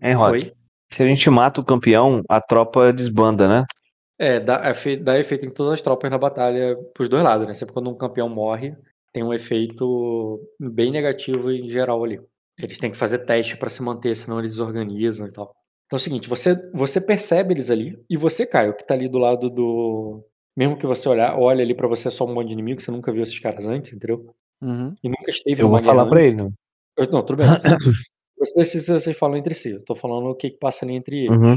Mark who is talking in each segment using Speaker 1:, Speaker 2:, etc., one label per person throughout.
Speaker 1: Hein, É, Rock?
Speaker 2: Oi.
Speaker 1: Se a gente mata o campeão, a tropa desbanda, né?
Speaker 2: É, dá, efe- dá efeito em todas as tropas na batalha pros dois lados, né? Sempre quando um campeão morre, tem um efeito bem negativo em geral ali. Eles têm que fazer teste pra se manter, senão eles desorganizam e tal. Então é o seguinte, você, você percebe eles ali e você cai, o que tá ali do lado do. Mesmo que você olhar, olha ali pra você é só um monte de inimigo, você nunca viu esses caras antes, entendeu?
Speaker 3: Uhum.
Speaker 2: E nunca esteve
Speaker 1: Eu
Speaker 2: numa
Speaker 1: vou falar
Speaker 2: guerra
Speaker 1: pra ele. né?
Speaker 2: antes. Eu- Não, tudo bem. Vocês, vocês- vocês falam entre si. Eu tô falando o que, que passa ali entre eles
Speaker 1: Uhum.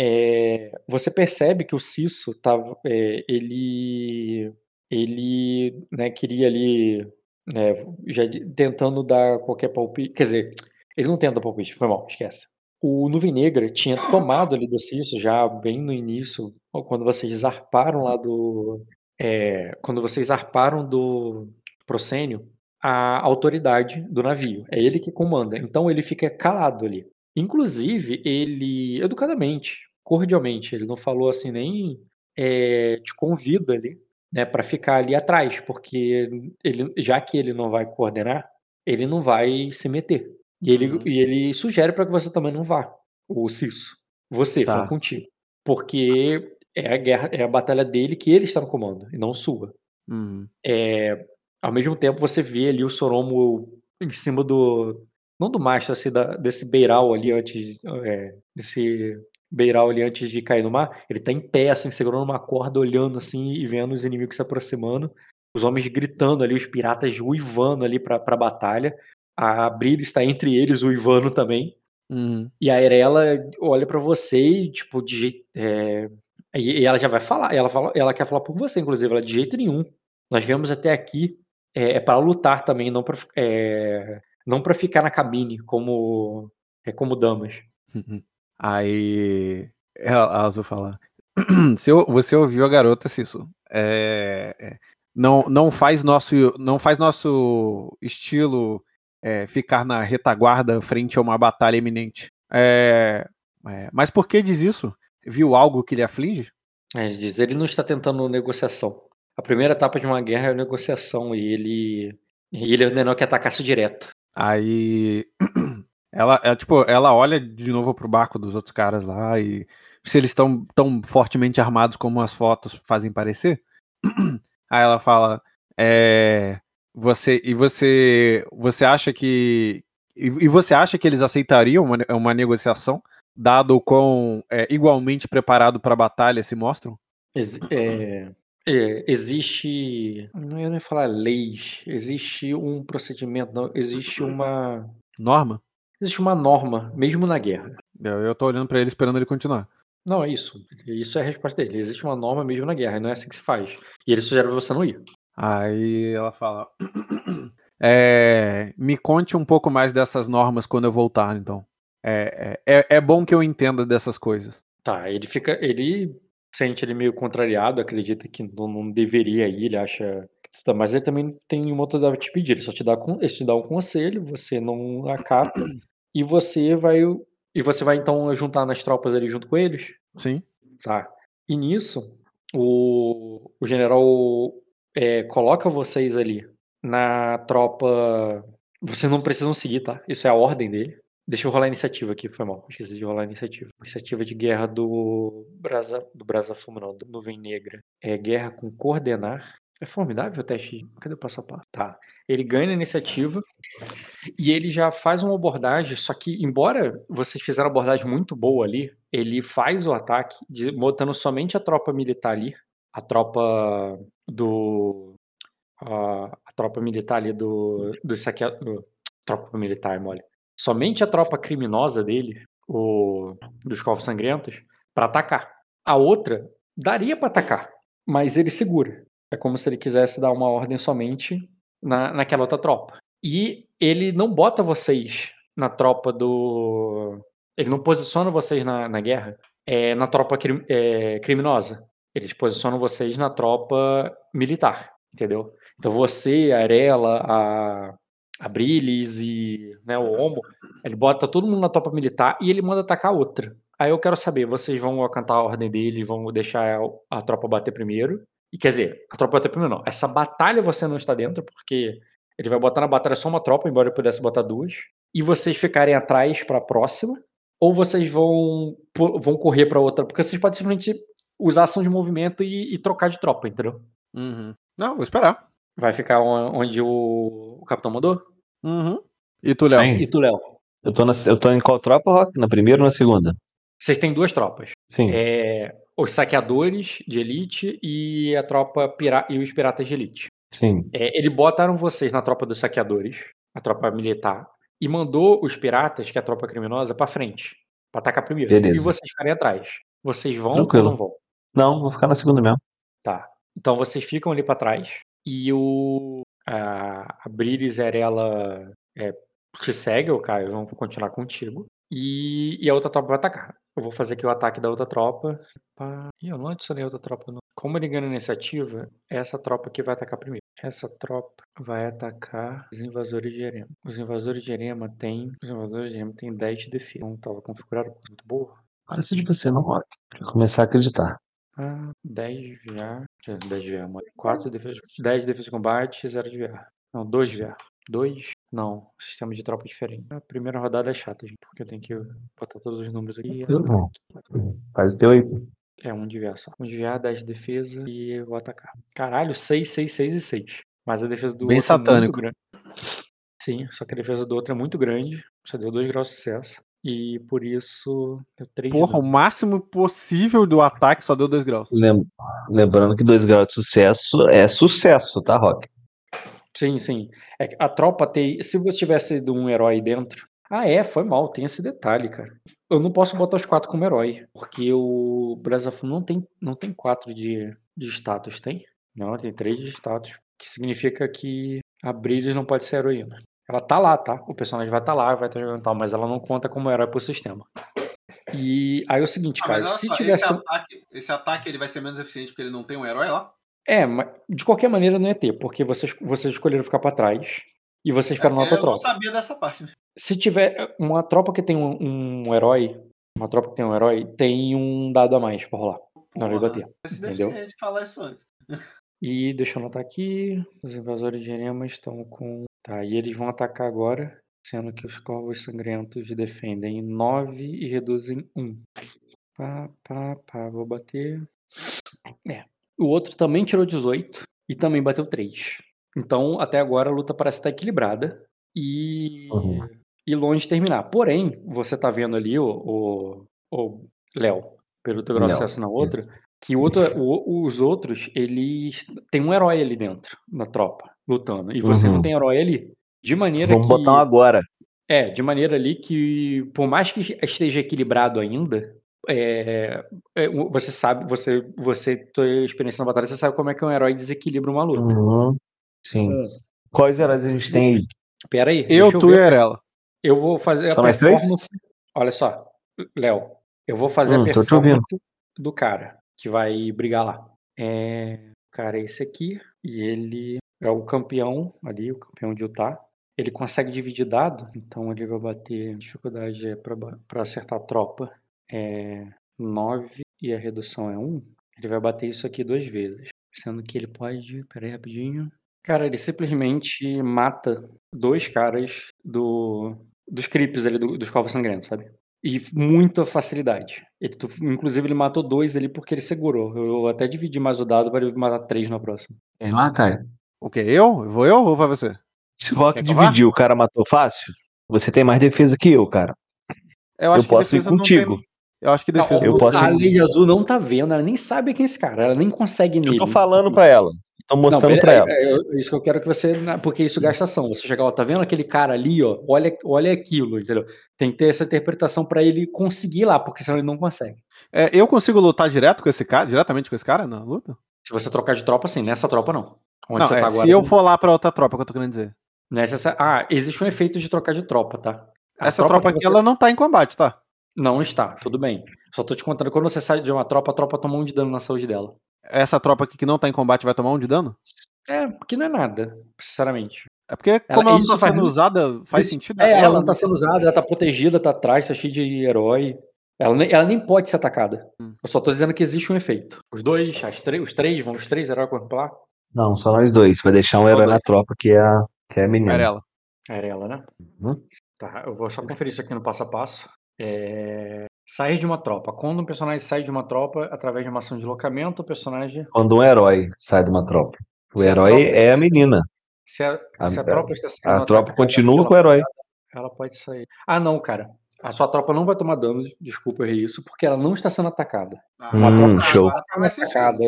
Speaker 2: é, você percebe que o Cisso tava, é, ele ele né, queria ali né, já de- tentando dar qualquer palpite, quer dizer, ele não tenta palpite, foi mal, esquece. O Nuvem Negra tinha tomado ali do Cisso já bem no início, ó, quando vocês zarparam lá do é, quando vocês zarparam do Procênio, a autoridade do navio. É ele que comanda. Então ele fica calado ali. Inclusive, ele, educadamente, cordialmente, ele não falou assim nem eh, te convida ali, né, para ficar ali atrás, porque ele, já que ele não vai coordenar, ele não vai se meter. E ele,
Speaker 3: Uhum.
Speaker 2: e ele sugere para que você também não vá, o Cisso. Você,
Speaker 1: Tá.
Speaker 2: foi contigo. Porque é a guerra, é a batalha dele que ele está no comando, e não sua.
Speaker 3: Uhum.
Speaker 2: É, ao mesmo tempo você vê ali o Soromo em cima do não do mastro assim, da- desse beiral ali antes de- é, desse beiral ali antes de cair no mar ele tá em pé assim segurando uma corda olhando assim e vendo os inimigos se aproximando os homens gritando ali os piratas uivando ali pra pra batalha a Brilho está entre eles uivando também
Speaker 3: Uhum.
Speaker 2: e a Erela olha pra você e, tipo, de jeito. é, E e ela já vai falar. Ela, fala, ela quer falar por você, inclusive. Ela, de jeito nenhum. Nós viemos até aqui é, é para lutar também, não para não para ficar na cabine como é como damas.
Speaker 3: Aí a a Azul fala: "Se eu- Você ouviu a garota, Cisso? É, é, não, não faz nosso, não faz nosso estilo é, ficar na retaguarda frente a uma batalha iminente. É, é, mas por que diz isso? Viu algo que lhe aflige?
Speaker 2: É, ele diz, ele não está tentando negociação. A primeira etapa de uma guerra é a negociação e ele e ele ordenou que atacasse direto.
Speaker 3: Aí ela, ela, tipo, ela olha de novo pro barco dos outros caras lá e se eles estão tão fortemente armados como as fotos fazem parecer. Aí ela fala, é, você e você você acha que e, e você acha que eles aceitariam uma, ne- uma negociação dado o quão é, igualmente preparado para batalha se mostram?
Speaker 2: Ex- é, é, existe, não eu não ia falar leis, existe um procedimento, não, existe uma
Speaker 3: Norma?
Speaker 2: existe uma norma, mesmo na guerra.
Speaker 3: Eu, eu tô olhando pra ele esperando ele continuar.
Speaker 2: Não, é isso. Isso é a resposta dele. Existe uma norma mesmo na guerra, e não é assim que se faz. E ele sugere pra você não ir.
Speaker 3: Aí ela fala: "É, Me conte um pouco mais dessas normas quando eu voltar, então. É, é, é- é bom que eu entenda dessas coisas.
Speaker 2: Tá, ele fica. Ele sente ele meio contrariado, acredita que não, não deveria ir, ele acha. que isso tá- Mas ele também não tem uma autoridade pra te pedir, ele só te dá, con- ele te dá um conselho, você não acata, e você vai. E você vai então juntar nas tropas ali junto com eles?
Speaker 3: Sim.
Speaker 2: Tá. E nisso, o, o general é, coloca vocês ali na tropa. Vocês não precisam seguir, tá? Isso é a ordem dele. Deixa eu rolar a iniciativa aqui, foi mal. Esqueci de rolar a iniciativa. Iniciativa de guerra do Brasa, do Brasa Fumo, não, do Nuvem Negra. É guerra com coordenar. É formidável o teste. de- Cadê o passo a passo? Tá. Ele ganha a iniciativa e ele já faz uma abordagem, só que, embora vocês fizeram uma abordagem muito boa ali, ele faz o ataque, de- botando somente a tropa militar ali, a tropa do. A, a tropa militar ali do. do saquea, do- tropa militar, é mole. Somente a tropa criminosa dele, o, dos Covos Sangrentos, para atacar. A outra daria para atacar, mas ele segura. É como se ele quisesse dar uma ordem somente na, naquela outra tropa. E ele não bota vocês na tropa do. Ele não posiciona vocês na, na guerra é, na tropa crim- é, criminosa. Eles posicionam vocês na tropa militar, entendeu? Então você, a Arela, a, a Brilis e né, o Homo, ele bota todo mundo na tropa militar e ele manda atacar a outra. Aí eu quero saber, vocês vão cantar a ordem dele, vão deixar a, a tropa bater primeiro? E quer dizer, a tropa bater primeiro não. Essa batalha você não está dentro, porque ele vai botar na batalha só uma tropa, embora eu pudesse botar duas. E vocês ficarem atrás para a próxima, ou vocês vão, pu- vão correr pra outra, porque vocês podem simplesmente usar ação de movimento e, e trocar de tropa, entendeu?
Speaker 3: Uhum. Não, vou esperar.
Speaker 2: Vai ficar on- onde o, o capitão mandou?
Speaker 3: Uhum. E tu, Léo?
Speaker 1: Bem.
Speaker 2: E tu, Léo?
Speaker 1: Eu tô, na, eu tô em qual tropa, Rock? Na primeira ou na segunda?
Speaker 2: Vocês têm duas tropas.
Speaker 1: Sim.
Speaker 2: É, os saqueadores de elite e a tropa pira e os piratas de elite.
Speaker 1: Sim.
Speaker 2: É, ele botaram vocês na tropa dos saqueadores, a tropa militar, e mandou os piratas, que é a tropa criminosa, pra frente. Pra atacar primeiro. E
Speaker 1: Beleza.
Speaker 2: vocês ficarem atrás. Vocês vão
Speaker 1: Tranquilo.
Speaker 2: ou não vão?
Speaker 1: Não, vou ficar na segunda mesmo.
Speaker 2: Tá. Então vocês ficam ali pra trás. E o. A, a Briris ela é, te segue, o Caio. Vamos continuar contigo. E, e a outra tropa vai atacar. Eu vou fazer aqui o ataque da outra tropa. Pá. Ih, eu não adicionei outra tropa. Não. Como ele ganha iniciativa, é essa tropa que vai atacar primeiro. Essa tropa vai atacar os invasores de Erema. Os invasores de Erema têm. Os invasores de Erema têm 10 de defesa. Não estava configurado muito boa.
Speaker 1: Parece de você, não, Rock. Pra começar a acreditar.
Speaker 2: Ah, 10 VR. Quer dizer, 10 VR, mano. 4 de defesa. 10 de defesa de combate, 0 de VR. Não, 2 VR. 2? Não. Sistema de tropa diferente. A primeira rodada é chata, gente, porque eu tenho que botar todos os números aqui.
Speaker 1: Eu não. Faz o teu aí.
Speaker 2: É um de VR só. Um de VR, 10 de defesa e eu vou atacar. Caralho, 6, 6, 6 e 6. Mas a defesa do
Speaker 3: Bem
Speaker 2: outro é muito
Speaker 3: satânico.
Speaker 2: grande. Sim, só que a defesa do outro é muito grande. Você deu 2 graus de sucesso. E por isso, eu 3
Speaker 3: Porra, o máximo possível do ataque só deu 2 graus.
Speaker 1: Lem- Lembrando que 2 graus de sucesso é sucesso, tá, Rock?
Speaker 2: Sim, sim. É que a tropa tem. Se você tivesse ido um herói dentro. Ah, é, foi mal, tem esse detalhe, cara. Eu não posso botar os quatro como herói, porque o Brasafu não tem, não tem quatro de, de status, tem? Não, tem três de status. Que significa que a Brilhos não pode ser heroína. Ela tá lá, tá? O personagem vai estar tá lá, vai estar jogando e tal, mas ela não conta como herói pro sistema. E aí é o
Speaker 3: Ah,
Speaker 2: seguinte, cara, se tivesse. um
Speaker 3: ataque, ele vai ser menos eficiente porque ele não tem um herói lá?
Speaker 2: É, mas de qualquer maneira não ia ter, porque vocês, vocês escolheram ficar pra trás e vocês ficaram na outra tropa.
Speaker 3: É, sabia dessa parte.
Speaker 2: se tiver eh, uma tropa que tem um, um herói, uma tropa que tem um herói, tem um dado a mais por lá. Na hora de
Speaker 3: Porra.
Speaker 2: bater.
Speaker 3: Mas
Speaker 2: Entendeu?
Speaker 3: deficiente falar isso antes.
Speaker 2: E deixa eu anotar aqui. Os invasores de Erema estão com. Tá, e eles vão atacar agora, sendo que os corvos sangrentos defendem 9 e reduzem 1. Pá, pá, pá, vou bater. É. O outro também tirou 18 e também bateu 3. Então, até agora a luta parece estar equilibrada e,
Speaker 1: Uhum.
Speaker 2: e longe de terminar. Porém, você tá vendo ali, o, o, o Léo, pelo teu
Speaker 1: Léo,
Speaker 2: processo na outra, que o outro, o- os outros, eles têm um herói ali dentro, na tropa, lutando. E você não
Speaker 1: Uhum.
Speaker 2: tem herói ali. De maneira
Speaker 1: Vamos
Speaker 2: que.
Speaker 1: botar um agora.
Speaker 2: É, de maneira ali que, por mais que esteja equilibrado ainda, é, é, o- você sabe, você, você, tua experiência na batalha, você sabe como é que um herói desequilibra uma luta.
Speaker 1: Uhum. Sim. Quais heróis a gente tem aí?
Speaker 2: Pera aí.
Speaker 3: Eu,
Speaker 2: deixa eu
Speaker 3: tu
Speaker 2: ver a
Speaker 3: e
Speaker 2: perf-
Speaker 3: Arela.
Speaker 2: Eu vou fazer
Speaker 1: Só
Speaker 2: a
Speaker 1: nós três?
Speaker 2: performance. Olha só, Léo, eu vou fazer a
Speaker 1: Hum, tô te ouvindo.
Speaker 2: performance do cara que vai brigar lá. É, o cara é esse aqui e ele é o campeão ali, o campeão de Utah. Ele consegue dividir dado, então ele vai bater. a Dificuldade é para acertar a tropa é 9 e a redução é 1. Ele vai bater isso aqui duas vezes. Sendo que ele pode. Pera aí rapidinho. Cara, ele simplesmente mata dois caras do, dos creeps ali, do- dos covas sangrentos, sabe? E f- muita facilidade. Ele, tu- inclusive, ele matou dois ali porque ele segurou. Eu até dividi mais o dado para ele matar três na próxima.
Speaker 1: Tem lá, Caio?
Speaker 3: O quê? Eu? Vou eu ou vai você?
Speaker 1: Se o Rock
Speaker 3: Quer que eu vá?
Speaker 1: dividiu, o cara matou fácil, você tem mais defesa que eu, cara.
Speaker 3: Eu
Speaker 1: Eu posso ir
Speaker 3: não
Speaker 1: contigo.
Speaker 3: tem. Eu acho que defesa
Speaker 1: eu
Speaker 3: não
Speaker 1: posso
Speaker 2: a
Speaker 1: ir-
Speaker 3: tem.
Speaker 2: Lei Azul não tá vendo, ela nem sabe quem é esse cara, ela nem consegue nele.
Speaker 1: Eu tô falando pra ela. Tô mostrando
Speaker 2: não,
Speaker 1: pra
Speaker 2: é-
Speaker 1: ela.
Speaker 2: é- é isso que eu quero que você. na- Porque isso gasta ação. Você chega, ó, tá vendo aquele cara ali, ó? Olha, olha aquilo, entendeu? Tem que ter essa interpretação pra ele conseguir lá, porque senão ele não consegue.
Speaker 3: É, eu consigo lutar direto com esse cara? Diretamente com esse cara na luta?
Speaker 2: Se você trocar de tropa, sim, nessa tropa não. Onde
Speaker 3: não,
Speaker 2: você
Speaker 3: é,
Speaker 2: tá agora.
Speaker 3: se eu
Speaker 2: não.
Speaker 3: for lá pra outra tropa, é o que eu tô querendo dizer.
Speaker 2: Nessa, essa- ah, existe um efeito de trocar de tropa, tá? A
Speaker 3: Essa tropa,
Speaker 2: que
Speaker 3: aqui,
Speaker 2: você-
Speaker 3: ela não tá em combate, tá?
Speaker 2: Não está, tudo bem. Só tô te contando, quando você sai de uma tropa, a tropa toma um de dano na saúde dela.
Speaker 3: Essa tropa aqui que não tá em combate vai tomar um de dano?
Speaker 2: É, porque não é nada, sinceramente.
Speaker 3: É porque, como ela não
Speaker 2: isso
Speaker 3: tá
Speaker 2: faz
Speaker 3: sendo
Speaker 2: muito-
Speaker 3: usada, faz
Speaker 2: Isso-
Speaker 3: sentido.
Speaker 2: É, ela, não
Speaker 3: né?
Speaker 2: tá sendo usada, ela tá protegida, tá atrás, tá cheia de herói. Ela nem, ela nem pode ser atacada.
Speaker 3: Hum.
Speaker 2: Eu só tô dizendo que existe um efeito. Os dois, as três, os três, vão os três heróis contemplar.
Speaker 1: Não, só nós dois. Vai deixar um herói
Speaker 3: dois.
Speaker 1: na tropa, que é a, que é a menina.
Speaker 3: Arela.
Speaker 2: Era ela, né?
Speaker 1: Uhum.
Speaker 2: Tá, eu vou só conferir isso aqui no passo a passo. É, Sair de uma tropa. Quando um personagem sai de uma tropa através de uma ação de deslocamento, o personagem.
Speaker 1: Quando um herói sai de uma tropa. O
Speaker 2: Se a
Speaker 1: herói
Speaker 2: tropa tá
Speaker 1: é a menina.
Speaker 2: Se a,
Speaker 1: A-
Speaker 2: se é a tropa está sendo
Speaker 1: A tropa
Speaker 2: atacada
Speaker 1: continua
Speaker 2: pela
Speaker 1: com o herói.
Speaker 2: Ela pode sair. Ah, não, cara. A sua tropa não vai tomar dano, desculpa, eu errei isso, porque ela não está sendo atacada.
Speaker 3: Ah,
Speaker 1: Hum,
Speaker 3: tropa-
Speaker 1: show.
Speaker 3: ah,
Speaker 2: Ela é
Speaker 3: vai ser
Speaker 2: atacada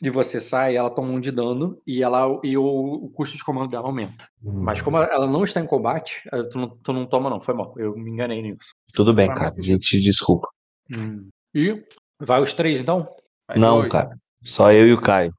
Speaker 2: e você sai, ela toma um de dano e, ela, e o, o custo de comando dela aumenta.
Speaker 1: Hum.
Speaker 2: Mas como ela não está em combate, eh, tu não, tu não toma, não. Foi mal. Eu me enganei nisso.
Speaker 1: Tudo bem,
Speaker 3: Mas-
Speaker 1: cara. A gente desculpa.
Speaker 2: Hum. E vai os três, então?
Speaker 3: Vai
Speaker 1: Não,
Speaker 3: dois.
Speaker 1: cara. Só eu e o Caio.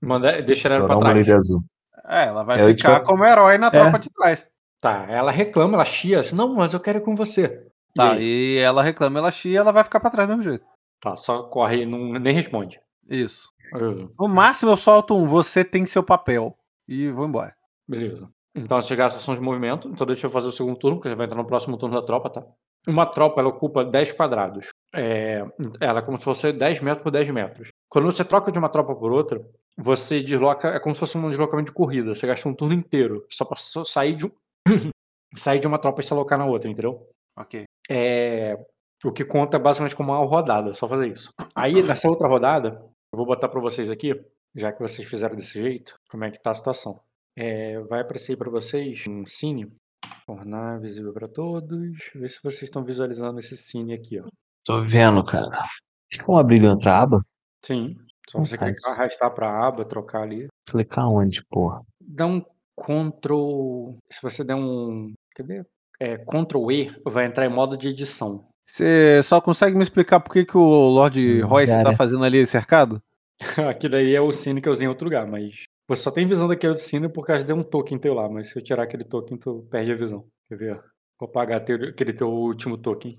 Speaker 2: Manda, deixa
Speaker 1: Só
Speaker 2: ela pra
Speaker 1: não o
Speaker 2: trás.
Speaker 1: mulher azul.
Speaker 3: É, ela vai
Speaker 1: É, eu
Speaker 3: ficar
Speaker 1: te-
Speaker 3: como herói na tropa de trás.
Speaker 2: Tá, ela reclama, ela chia. assim, Não, mas eu quero ir com você. E
Speaker 3: Tá,
Speaker 2: aí?
Speaker 3: e ela reclama, ela chia, ela vai ficar pra trás do mesmo jeito.
Speaker 2: Tá, só corre e não, nem responde.
Speaker 3: Isso.
Speaker 2: Beleza.
Speaker 3: No máximo eu solto um, você tem seu papel. E vou embora.
Speaker 2: Beleza. Então, se chegar a ação de movimento, então deixa eu fazer o segundo turno, porque já vai entrar no próximo turno da tropa, tá? Uma tropa, ela ocupa 10 quadrados. É, ela é como se fosse 10 metros por 10 metros. Quando você troca de uma tropa por outra, você desloca, é como se fosse um deslocamento de corrida. Você gasta um turno inteiro só pra só sair de um... sair de uma tropa e se alocar na outra, entendeu?
Speaker 3: Ok.
Speaker 2: É, o que conta é basicamente como uma rodada, só fazer isso. Aí, nessa outra rodada, eu vou botar pra vocês aqui, já que vocês fizeram desse jeito, como é que tá a situação. É, vai aparecer para vocês um cine, tornar visível para todos, ver se vocês estão visualizando esse cine aqui, ó.
Speaker 1: Tô vendo, cara. Deixa eu abrir outra aba.
Speaker 2: Sim, só
Speaker 1: Não
Speaker 2: você
Speaker 1: faz.
Speaker 2: clicar, arrastar pra aba, trocar ali.
Speaker 1: Clicar onde, porra?
Speaker 2: Dá um Ctrl, se você der um, cadê? É, Ctrl E, vai entrar em modo de edição.
Speaker 3: Você só consegue me explicar por que, que o Lord
Speaker 1: Hum,
Speaker 3: Royce
Speaker 1: cara.
Speaker 3: tá fazendo ali cercado?
Speaker 2: Aqui daí é o sino que eu usei em outro lugar, mas. Você só tem visão daquele sino por causa de um token teu lá, mas se eu tirar aquele token, tu perde a visão. Quer ver? Vou apagar teu- aquele teu último token.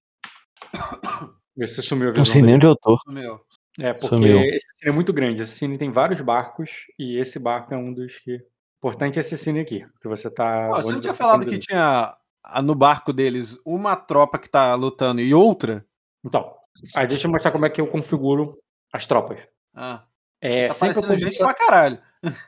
Speaker 2: Vê se sumiu a
Speaker 1: Não
Speaker 2: visão.
Speaker 1: sei
Speaker 2: dele.
Speaker 1: nem onde eu tô.
Speaker 3: Meu.
Speaker 2: É, porque
Speaker 1: sumiu.
Speaker 2: esse sino é muito grande. Esse sino tem vários barcos e esse barco é um dos que. Importante é esse sino aqui, que você tá.
Speaker 3: Pô,
Speaker 2: onde
Speaker 3: você não tinha
Speaker 2: tá
Speaker 3: falado
Speaker 2: tendo
Speaker 3: que
Speaker 2: visão.
Speaker 3: tinha ah, no barco deles uma tropa que tá lutando e outra?
Speaker 2: Então, aí deixa eu mostrar como é que eu configuro as tropas.
Speaker 3: Ah,
Speaker 2: É,
Speaker 3: tá
Speaker 2: sempre
Speaker 3: parecendo
Speaker 2: quando
Speaker 3: gente
Speaker 2: você-
Speaker 3: pra caralho.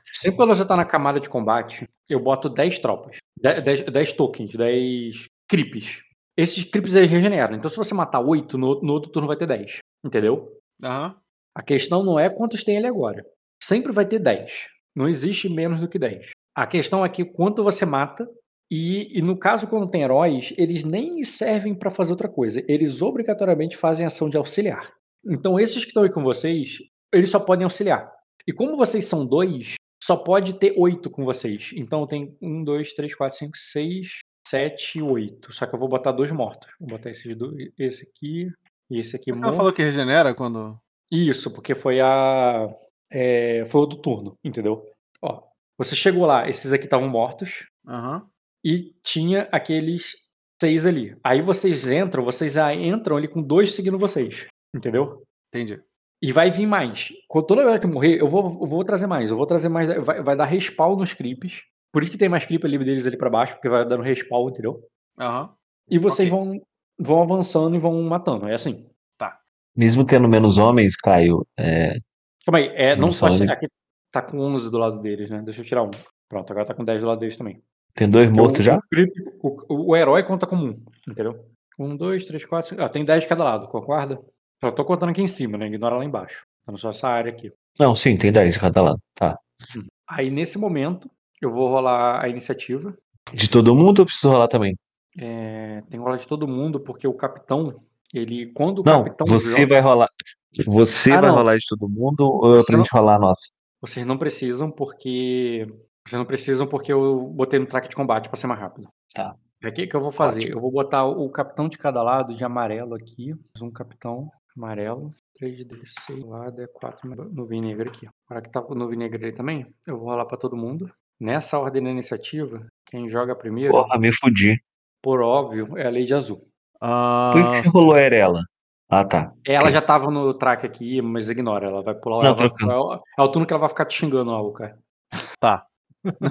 Speaker 2: Sempre quando você tá na camada de combate, eu boto 10 tropas, 10, 10 10 tokens, 10 creeps. Esses creeps eles regeneram. Então, se você matar 8, no, outro- no outro turno vai ter 10. Entendeu?
Speaker 3: Aham.
Speaker 2: A questão não é quantos tem ele agora. Sempre vai ter 10. Não existe menos do que 10. A questão é que quanto você mata. E, e no caso, quando tem heróis, eles nem servem pra fazer outra coisa. Eles obrigatoriamente fazem ação de auxiliar. Então, esses que estão aí com vocês, eles só podem auxiliar. E como vocês são dois, só pode ter oito com vocês. Então tem um, dois, três, quatro, cinco, seis, sete, oito. Só que eu vou botar dois mortos. Vou botar esses dois, esse aqui e esse aqui
Speaker 3: Você não
Speaker 2: morto.
Speaker 3: falou que regenera quando.
Speaker 2: Isso, porque foi a. é, foi o do turno, entendeu? Ó, você chegou lá, esses aqui estavam mortos
Speaker 3: Aham.
Speaker 2: e tinha aqueles seis ali. Aí vocês entram, vocês já entram ali com dois seguindo vocês, entendeu?
Speaker 3: Entendi.
Speaker 2: E vai vir mais. Quando- Toda vez que eu morrer, eu vou, eu vou trazer mais. Eu vou trazer mais. Vai, vai dar respawn nos creeps. Por isso que tem mais creep ali deles ali pra baixo, porque vai dando respawn, entendeu?
Speaker 3: Aham.
Speaker 2: E vocês
Speaker 3: Ok.
Speaker 2: vão, vão avançando e vão matando. É assim.
Speaker 1: Mesmo tendo menos homens, Caio, é,
Speaker 2: Calma aí. É, não
Speaker 1: Não
Speaker 2: só.
Speaker 1: são, né?
Speaker 2: Aqui tá com 11 do lado deles, né? Deixa eu tirar um. Pronto, agora tá com 10 do lado deles também.
Speaker 1: tem dois
Speaker 2: Porque
Speaker 1: mortos
Speaker 2: o,
Speaker 1: Um já?
Speaker 2: O, creep, o, o herói conta como um, entendeu? Um, dois, três, quatro. Cinco. Ah, tem 10 de cada lado, concorda? Só tô contando aqui em cima, né? Ignora lá embaixo. Então só essa área aqui.
Speaker 1: Não, sim, tem dez de cada lado. Tá.
Speaker 2: Aí nesse momento, eu vou rolar a iniciativa.
Speaker 1: De todo mundo eu preciso rolar também.
Speaker 2: É, tem rola de todo mundo, porque o capitão, ele. Quando o
Speaker 1: Não,
Speaker 2: capitão
Speaker 1: você
Speaker 2: joga,
Speaker 1: vai rolar. Você
Speaker 2: Ah,
Speaker 1: vai
Speaker 2: não.
Speaker 1: rolar de todo mundo ou eu
Speaker 2: Você
Speaker 1: aprendi a rolar a nossa?
Speaker 2: vocês não precisam, porque. Vocês não precisam, porque eu botei no track de combate pra ser mais rápido.
Speaker 1: Tá.
Speaker 2: É que que eu vou fazer? Eu vou botar o capitão de cada lado de amarelo aqui. Mais Um capitão amarelo. 3 de D6 lado é 4 nuvem negra aqui. Agora que tá com nuvem negra ali também, eu vou rolar pra todo mundo. Nessa ordem da iniciativa, quem joga primeiro,
Speaker 1: Porra, me fudi.
Speaker 2: por óbvio, é a Lady Azul.
Speaker 3: Ah,
Speaker 1: Por que você rolou a Erela? Ah, tá.
Speaker 2: Ela
Speaker 1: Ok.
Speaker 2: já tava no track aqui, mas ignora, ela vai pular.
Speaker 1: Não,
Speaker 2: ela vai,
Speaker 1: tranquilo.
Speaker 2: é o- é o turno que ela vai ficar te xingando algo, cara.
Speaker 3: Tá.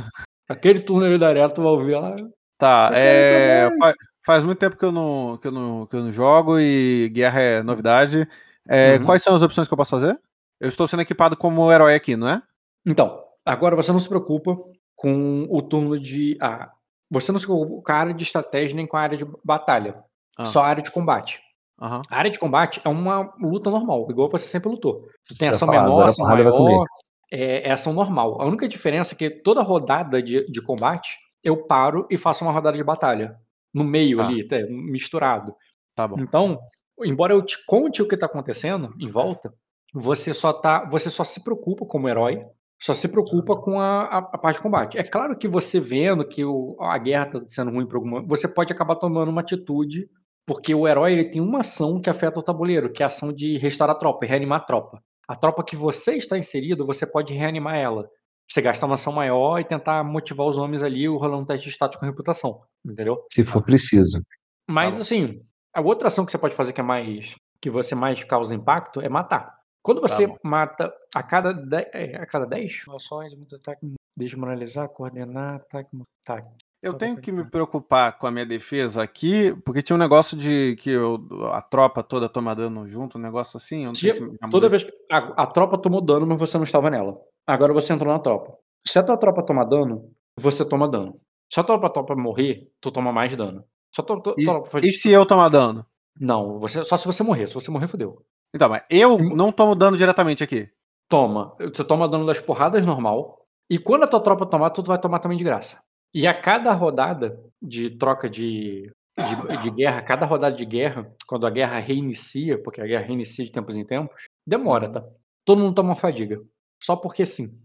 Speaker 2: Aquele turno ali da arena, tu vai ouvir ela.
Speaker 3: Tá,
Speaker 2: Eu quero
Speaker 3: é,
Speaker 2: também.
Speaker 3: fa- faz muito tempo que eu não, que eu não, que eu não jogo e guerra é novidade. É,
Speaker 2: Uhum.
Speaker 3: Quais são as opções que eu posso fazer? Eu estou sendo equipado como herói aqui, não é?
Speaker 2: Então, agora você não se preocupa com o turno de. Ah, você não se preocupa com a área de estratégia nem com a área de batalha.
Speaker 3: Ah.
Speaker 2: Só área de combate.
Speaker 3: Aham.
Speaker 2: A área de combate é uma luta normal, igual você sempre lutou. Tu tem
Speaker 1: Isso que eu ia
Speaker 2: ação
Speaker 1: falar,
Speaker 2: menor,
Speaker 1: agora a
Speaker 2: ação
Speaker 1: porrada vai
Speaker 2: maior,
Speaker 1: comer.
Speaker 2: é, é ação normal. A única diferença é que toda rodada de, de combate, eu paro e faço uma rodada de batalha. No meio
Speaker 3: Tá.
Speaker 2: ali, até, misturado.
Speaker 3: Tá bom.
Speaker 2: Então, embora eu te conte o que está acontecendo em volta, você só tá, você só se preocupa como herói, só se preocupa com a, a, a parte de combate. É claro que você vendo que o- a guerra está sendo ruim para alguma, você pode acabar tomando uma atitude porque o herói ele tem uma ação que afeta o tabuleiro, que é a ação de restaurar a tropa, e reanimar a tropa. A tropa que você está inserido, você pode reanimar ela. Você gastar uma ação maior e tentar motivar os homens ali, rolando um teste de status com reputação, entendeu?
Speaker 1: Se for preciso.
Speaker 2: Mas
Speaker 3: bom.
Speaker 2: assim, a outra ação que você pode fazer que é mais que você mais causa impacto é matar. Quando você
Speaker 3: bom.
Speaker 2: mata a cada de- é, a cada 10 ações, muito ataque, desmoralizar, coordenar, ataque, ataque.
Speaker 3: Eu
Speaker 2: Tá,
Speaker 3: tenho
Speaker 2: tá,
Speaker 3: que
Speaker 2: tá.
Speaker 3: me preocupar com a minha defesa aqui, porque tinha um negócio de que eu- a tropa toda toma dano junto, um negócio assim. eu não sei
Speaker 2: Tinha-
Speaker 3: se já mudou
Speaker 2: Toda vez
Speaker 3: isso.
Speaker 2: que a, a tropa tomou dano, mas você não estava nela. Agora você entrou na tropa. Se a tua tropa tomar dano, você toma dano. Se a tua tropa morrer, tu toma mais dano. Se a tua, tua- tropa for-
Speaker 3: E se eu tomar dano?
Speaker 2: Não, você, só se você morrer. Se você morrer, fodeu.
Speaker 3: Então, mas eu
Speaker 2: Hum.
Speaker 3: não tomo dano diretamente aqui.
Speaker 2: Toma. Tu toma dano das porradas normal. E quando a tua tropa tomar, tu vai tomar também de graça. E a cada rodada de troca de, de, de guerra, cada rodada de guerra, quando a guerra reinicia, porque a guerra reinicia de tempos em tempos, demora, tá? Todo mundo toma fadiga. Só porque sim.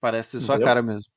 Speaker 3: Parece só a
Speaker 2: Entendeu?
Speaker 3: cara mesmo.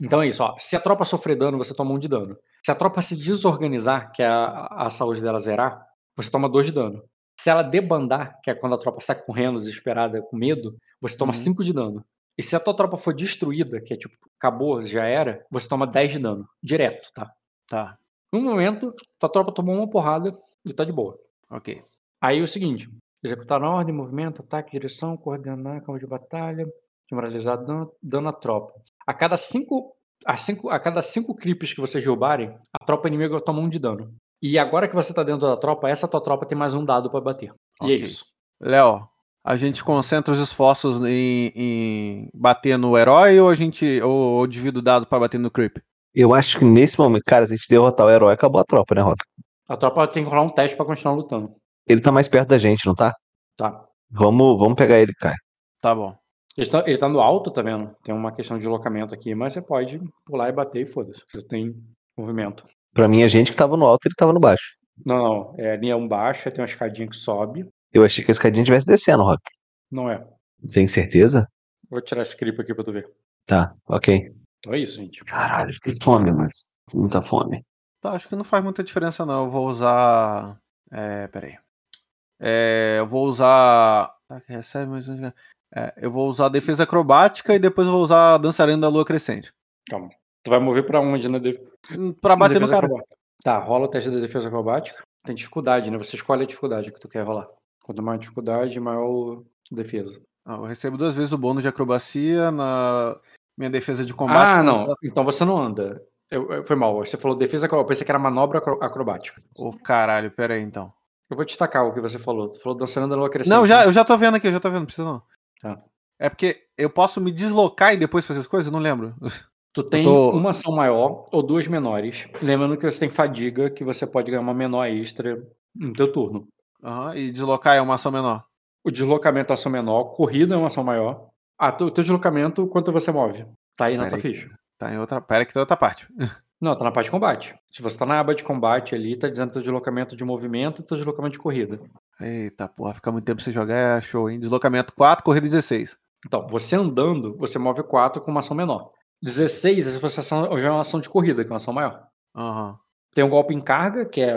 Speaker 2: Então é isso, ó. Se a tropa sofrer dano, você toma um de dano. Se a tropa se desorganizar, que é a, a saúde dela zerar, você toma dois de dano. Se ela debandar, que é quando a tropa sai correndo, desesperada, com medo, você toma
Speaker 3: Uhum.
Speaker 2: cinco de dano. E se a tua tropa for destruída, que é tipo, acabou, já era, você toma 10 de dano. Direto, tá?
Speaker 3: Tá,
Speaker 2: No momento, tua tropa tomou uma porrada e tá de boa.
Speaker 3: ok.
Speaker 2: Aí é o seguinte: executar na ordem, movimento, ataque, direção, coordenar, campo de batalha, demoralizar dano, dano à tropa. A cada cinco, a, cinco, a cada cinco creeps que vocês derrubarem, a tropa inimiga toma um de dano. E agora que você tá dentro da tropa, essa tua tropa tem mais um dado pra bater. E
Speaker 3: Ok.
Speaker 2: é isso.
Speaker 3: Léo, a gente
Speaker 2: Uhum.
Speaker 3: concentra os esforços em, em bater no herói ou a gente ou, ou divido o dado pra bater no creep?
Speaker 1: Eu acho que nesse momento, cara, se a gente derrotar o herói, acabou a tropa, né, Rota?
Speaker 2: A tropa tem que rolar um teste pra continuar lutando.
Speaker 1: Ele tá mais perto da gente, não tá?
Speaker 2: Tá.
Speaker 1: Vamos, vamos pegar ele, cara.
Speaker 3: Tá bom.
Speaker 2: Ele tá, ele tá no alto, tá vendo? Tem uma questão de deslocamento aqui, mas você pode pular e bater e foda-se. Você tem movimento.
Speaker 1: Pra mim, a gente que tava no alto, ele tava no baixo.
Speaker 2: Não, não. É linha 1 baixa, tem uma escadinha que sobe.
Speaker 1: Eu achei que a escadinha estivesse descendo, Rock.
Speaker 2: Não é.
Speaker 1: Tem certeza?
Speaker 2: Vou tirar esse clipe aqui pra tu ver.
Speaker 1: Tá, ok.
Speaker 2: Então é isso, gente.
Speaker 1: Caralho, fiquei com fome, mas muita fome.
Speaker 3: Tá, acho que não faz muita diferença não. Eu vou usar. É, peraí. É, eu vou usar. Tá, que recebe mais um. de- É, eu vou usar a defesa acrobática e depois eu vou usar a dançarina da lua crescente. Hum,
Speaker 2: Tu vai mover pra onde, né? De...
Speaker 3: Pra bater no
Speaker 2: defesa
Speaker 3: cara.
Speaker 2: acrobática. Tá, rola o teste da defesa acrobática. Tem dificuldade, né? Você escolhe a dificuldade que tu quer rolar. Quanto maior a dificuldade, maior a defesa.
Speaker 3: Ah, eu recebo duas vezes o bônus de acrobacia na minha defesa de combate.
Speaker 2: Ah, não. Então você não anda. Eu- eu- foi mal. Você falou defesa acrobática. Eu pensei que era manobra acro- acrobática.
Speaker 3: Ô, caralho, peraí então.
Speaker 2: Eu vou destacar o que você falou. Tu falou dançando da lua crescente.
Speaker 3: Não,
Speaker 2: né?
Speaker 3: já, eu já tô vendo aqui, eu já tô vendo, não precisa não.
Speaker 2: Tá.
Speaker 3: É porque eu posso me deslocar e depois fazer as coisas? Não lembro.
Speaker 2: Tu tem
Speaker 3: tô-
Speaker 2: uma ação maior ou duas menores. Lembrando que você tem fadiga, que você pode ganhar uma menor extra no teu turno.
Speaker 3: Aham, e deslocar é uma ação menor.
Speaker 2: O deslocamento é uma ação menor, corrida é uma ação maior. Ah, tu- o teu deslocamento, quanto você move? Tá aí na tua
Speaker 3: Peraí.
Speaker 2: ficha.
Speaker 3: Tá em outra. Pera que tá em outra parte.
Speaker 2: Não, tá na parte de combate. Se você tá na aba de combate ali, tá dizendo teu deslocamento de movimento e teu deslocamento de corrida.
Speaker 3: Eita porra, fica muito tempo sem jogar, é show, hein? Deslocamento 4, corrida 16.
Speaker 2: Então, você andando, você move 4 com uma ação menor. 16, se você ação, já é uma ação de corrida, que é uma ação maior.
Speaker 3: Aham.
Speaker 2: Tem um golpe em carga, que é,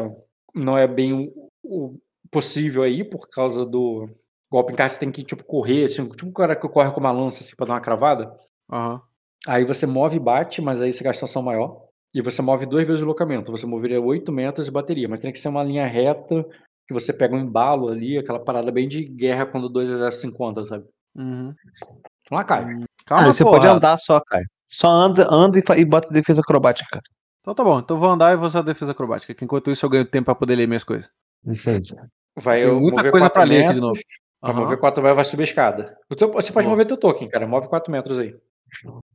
Speaker 2: não é bem o, o possível aí, por causa do golpe em carga, você tem que, tipo, correr, assim, tipo o cara que corre com uma lança, assim, pra dar uma cravada.
Speaker 3: Aham.
Speaker 2: Aí você move e bate, mas aí você gasta ação maior. E você move duas vezes o deslocamento. Você moveria 8 metros de bateria, mas tem que ser uma linha reta que você pega um embalo ali, aquela parada bem de guerra quando dois exércitos se encontram, sabe?
Speaker 3: Uhum.
Speaker 2: Então lá cai.
Speaker 1: Ah,
Speaker 3: Calma,
Speaker 1: você
Speaker 3: porra.
Speaker 1: pode andar só, cara. Só anda, anda e, fa- e bota defesa acrobática, cara.
Speaker 3: Então tá bom, então eu vou andar e vou usar a defesa acrobática. Que enquanto isso eu ganho tempo pra poder ler minhas coisas.
Speaker 1: Isso aí.
Speaker 2: Vai
Speaker 3: Tem
Speaker 2: eu
Speaker 3: muita
Speaker 2: mover
Speaker 3: coisa
Speaker 2: quatro
Speaker 3: pra ler aqui de
Speaker 2: metros,
Speaker 3: novo.
Speaker 2: Pra
Speaker 3: Aham.
Speaker 2: mover 4 metros vai subir a escada. O teu- você pode
Speaker 3: Boa.
Speaker 2: mover teu token, cara. Move 4 metros aí.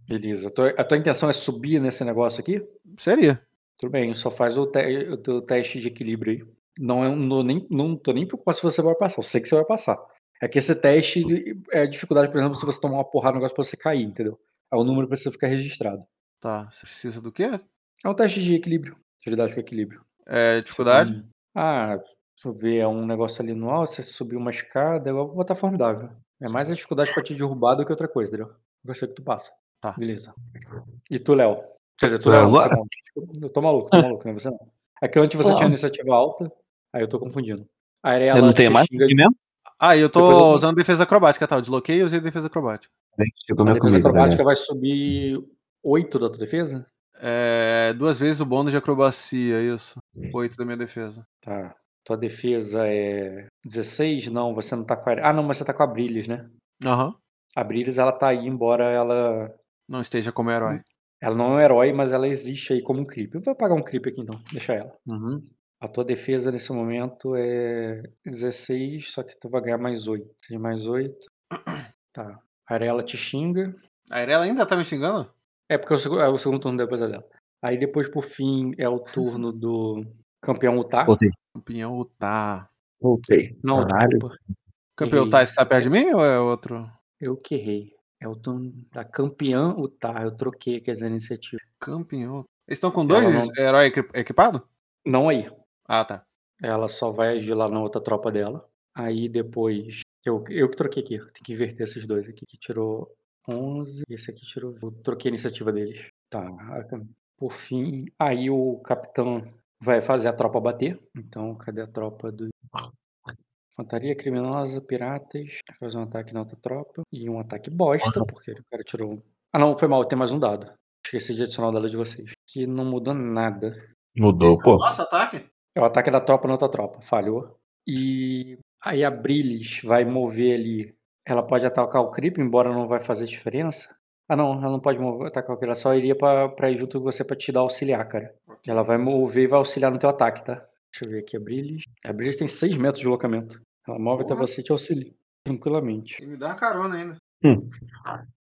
Speaker 2: Beleza. A tua, a tua intenção é subir nesse negócio aqui?
Speaker 3: Seria.
Speaker 2: Tudo bem, só faz o, te o teu teste de equilíbrio aí. Não, é- não, nem, não tô nem preocupado se você vai passar, eu sei que você vai passar. É que esse teste ele- é a dificuldade, por exemplo, se você tomar uma porrada no negócio pra você cair, entendeu? É o número precisa ficar registrado.
Speaker 3: Tá, você precisa do quê?
Speaker 2: É um teste de equilíbrio. Agilidade com equilíbrio.
Speaker 3: É, dificuldade?
Speaker 2: Ah, deixa eu ver, é um negócio ali no alto, você subir uma escada, eu vou botar formidável. É mais a dificuldade pra te derrubar do que outra coisa, entendeu? Eu sei que tu passa.
Speaker 3: Tá.
Speaker 2: Beleza. E tu, Léo? Quer dizer, tu,
Speaker 1: Eu
Speaker 2: Léo, você
Speaker 1: é agora?
Speaker 2: não. Eu tô maluco, tô maluco, não é você não. É que antes você
Speaker 1: Olá.
Speaker 2: tinha iniciativa alta, aí eu tô confundindo. A Ariela
Speaker 1: Eu não
Speaker 2: te
Speaker 1: tenho mais
Speaker 2: xinga
Speaker 1: aqui mesmo?
Speaker 3: Ah, e eu tô
Speaker 2: Depois eu-
Speaker 3: usando defesa acrobática, tá? Eu desloquei e usei defesa acrobática.
Speaker 1: Peraí, Chegou
Speaker 2: A
Speaker 1: meu
Speaker 2: defesa
Speaker 1: comigo,
Speaker 2: acrobática
Speaker 1: galera.
Speaker 2: vai subir 8 da tua defesa?
Speaker 3: É, duas vezes o bônus de acrobacia, isso. Oito da minha defesa.
Speaker 2: Tá. Tua defesa é 16? Não, você não tá com a... Ah, não, mas você tá com a Brilhos, né?
Speaker 3: Aham.
Speaker 2: A Brilhos, ela tá aí, embora ela
Speaker 3: Não esteja como herói.
Speaker 2: Ela não é um herói, mas ela existe aí como um creep. Eu vou pagar um creep aqui então, deixa ela. A tua defesa nesse momento é 16, só que tu vai ganhar mais 8. 6 mais 8. Tá. A Arela te xinga.
Speaker 3: A Irela ainda tá me xingando?
Speaker 2: É porque é o, segu- é o segundo turno depois é dela. Aí depois, por fim, é o turno do campeão Utah.
Speaker 1: Voltei.
Speaker 3: Campeão Utah.
Speaker 1: né? Voltei.
Speaker 2: Não,
Speaker 1: Caralho.
Speaker 2: desculpa.
Speaker 3: Campeão
Speaker 2: Errei.
Speaker 3: Utah está perto de mim ou é outro?
Speaker 2: Eu que errei. É o turno da campeã Utah. Eu troquei aqui as iniciativas.
Speaker 3: Campeão. é Eles estão com
Speaker 2: Ela
Speaker 3: dois
Speaker 2: não-
Speaker 3: heróis equi- equipados?
Speaker 2: Não aí.
Speaker 3: Ah, tá.
Speaker 2: Ela só vai agir lá na outra tropa dela. Aí depois. Eu, eu que troquei aqui. Tem que inverter esses dois aqui. Que tirou 11. E esse aqui tirou. 20. Eu troquei a iniciativa deles. Tá. a cam- Por fim. Aí o capitão vai fazer a tropa bater. Então, cadê a tropa do. Infantaria criminosa, piratas. Vai fazer um ataque na outra tropa. E um ataque bosta, porque o cara tirou. um- Ah, não, foi mal. Tem mais um dado. Esqueci de adicionar o dado de vocês. Que não mudou nada.
Speaker 1: Mudou, pô.
Speaker 3: Nossa, ataque?
Speaker 2: É o ataque da tropa na outra tropa. Falhou. E aí a Brilis vai mover ali. Ela pode atacar o Creep, embora não vai fazer diferença. Ah, não, ela não pode mover, atacar o Creep. Ela só iria pra, pra ir junto com você pra te dar auxiliar, cara. Ela vai mover e vai auxiliar no teu ataque, tá? Deixa eu ver aqui a Brilis. A Brilis tem 6 metros de deslocamento. Ela move até
Speaker 3: Porra.
Speaker 2: você e te auxilia. Tranquilamente.
Speaker 3: me dá uma carona ainda.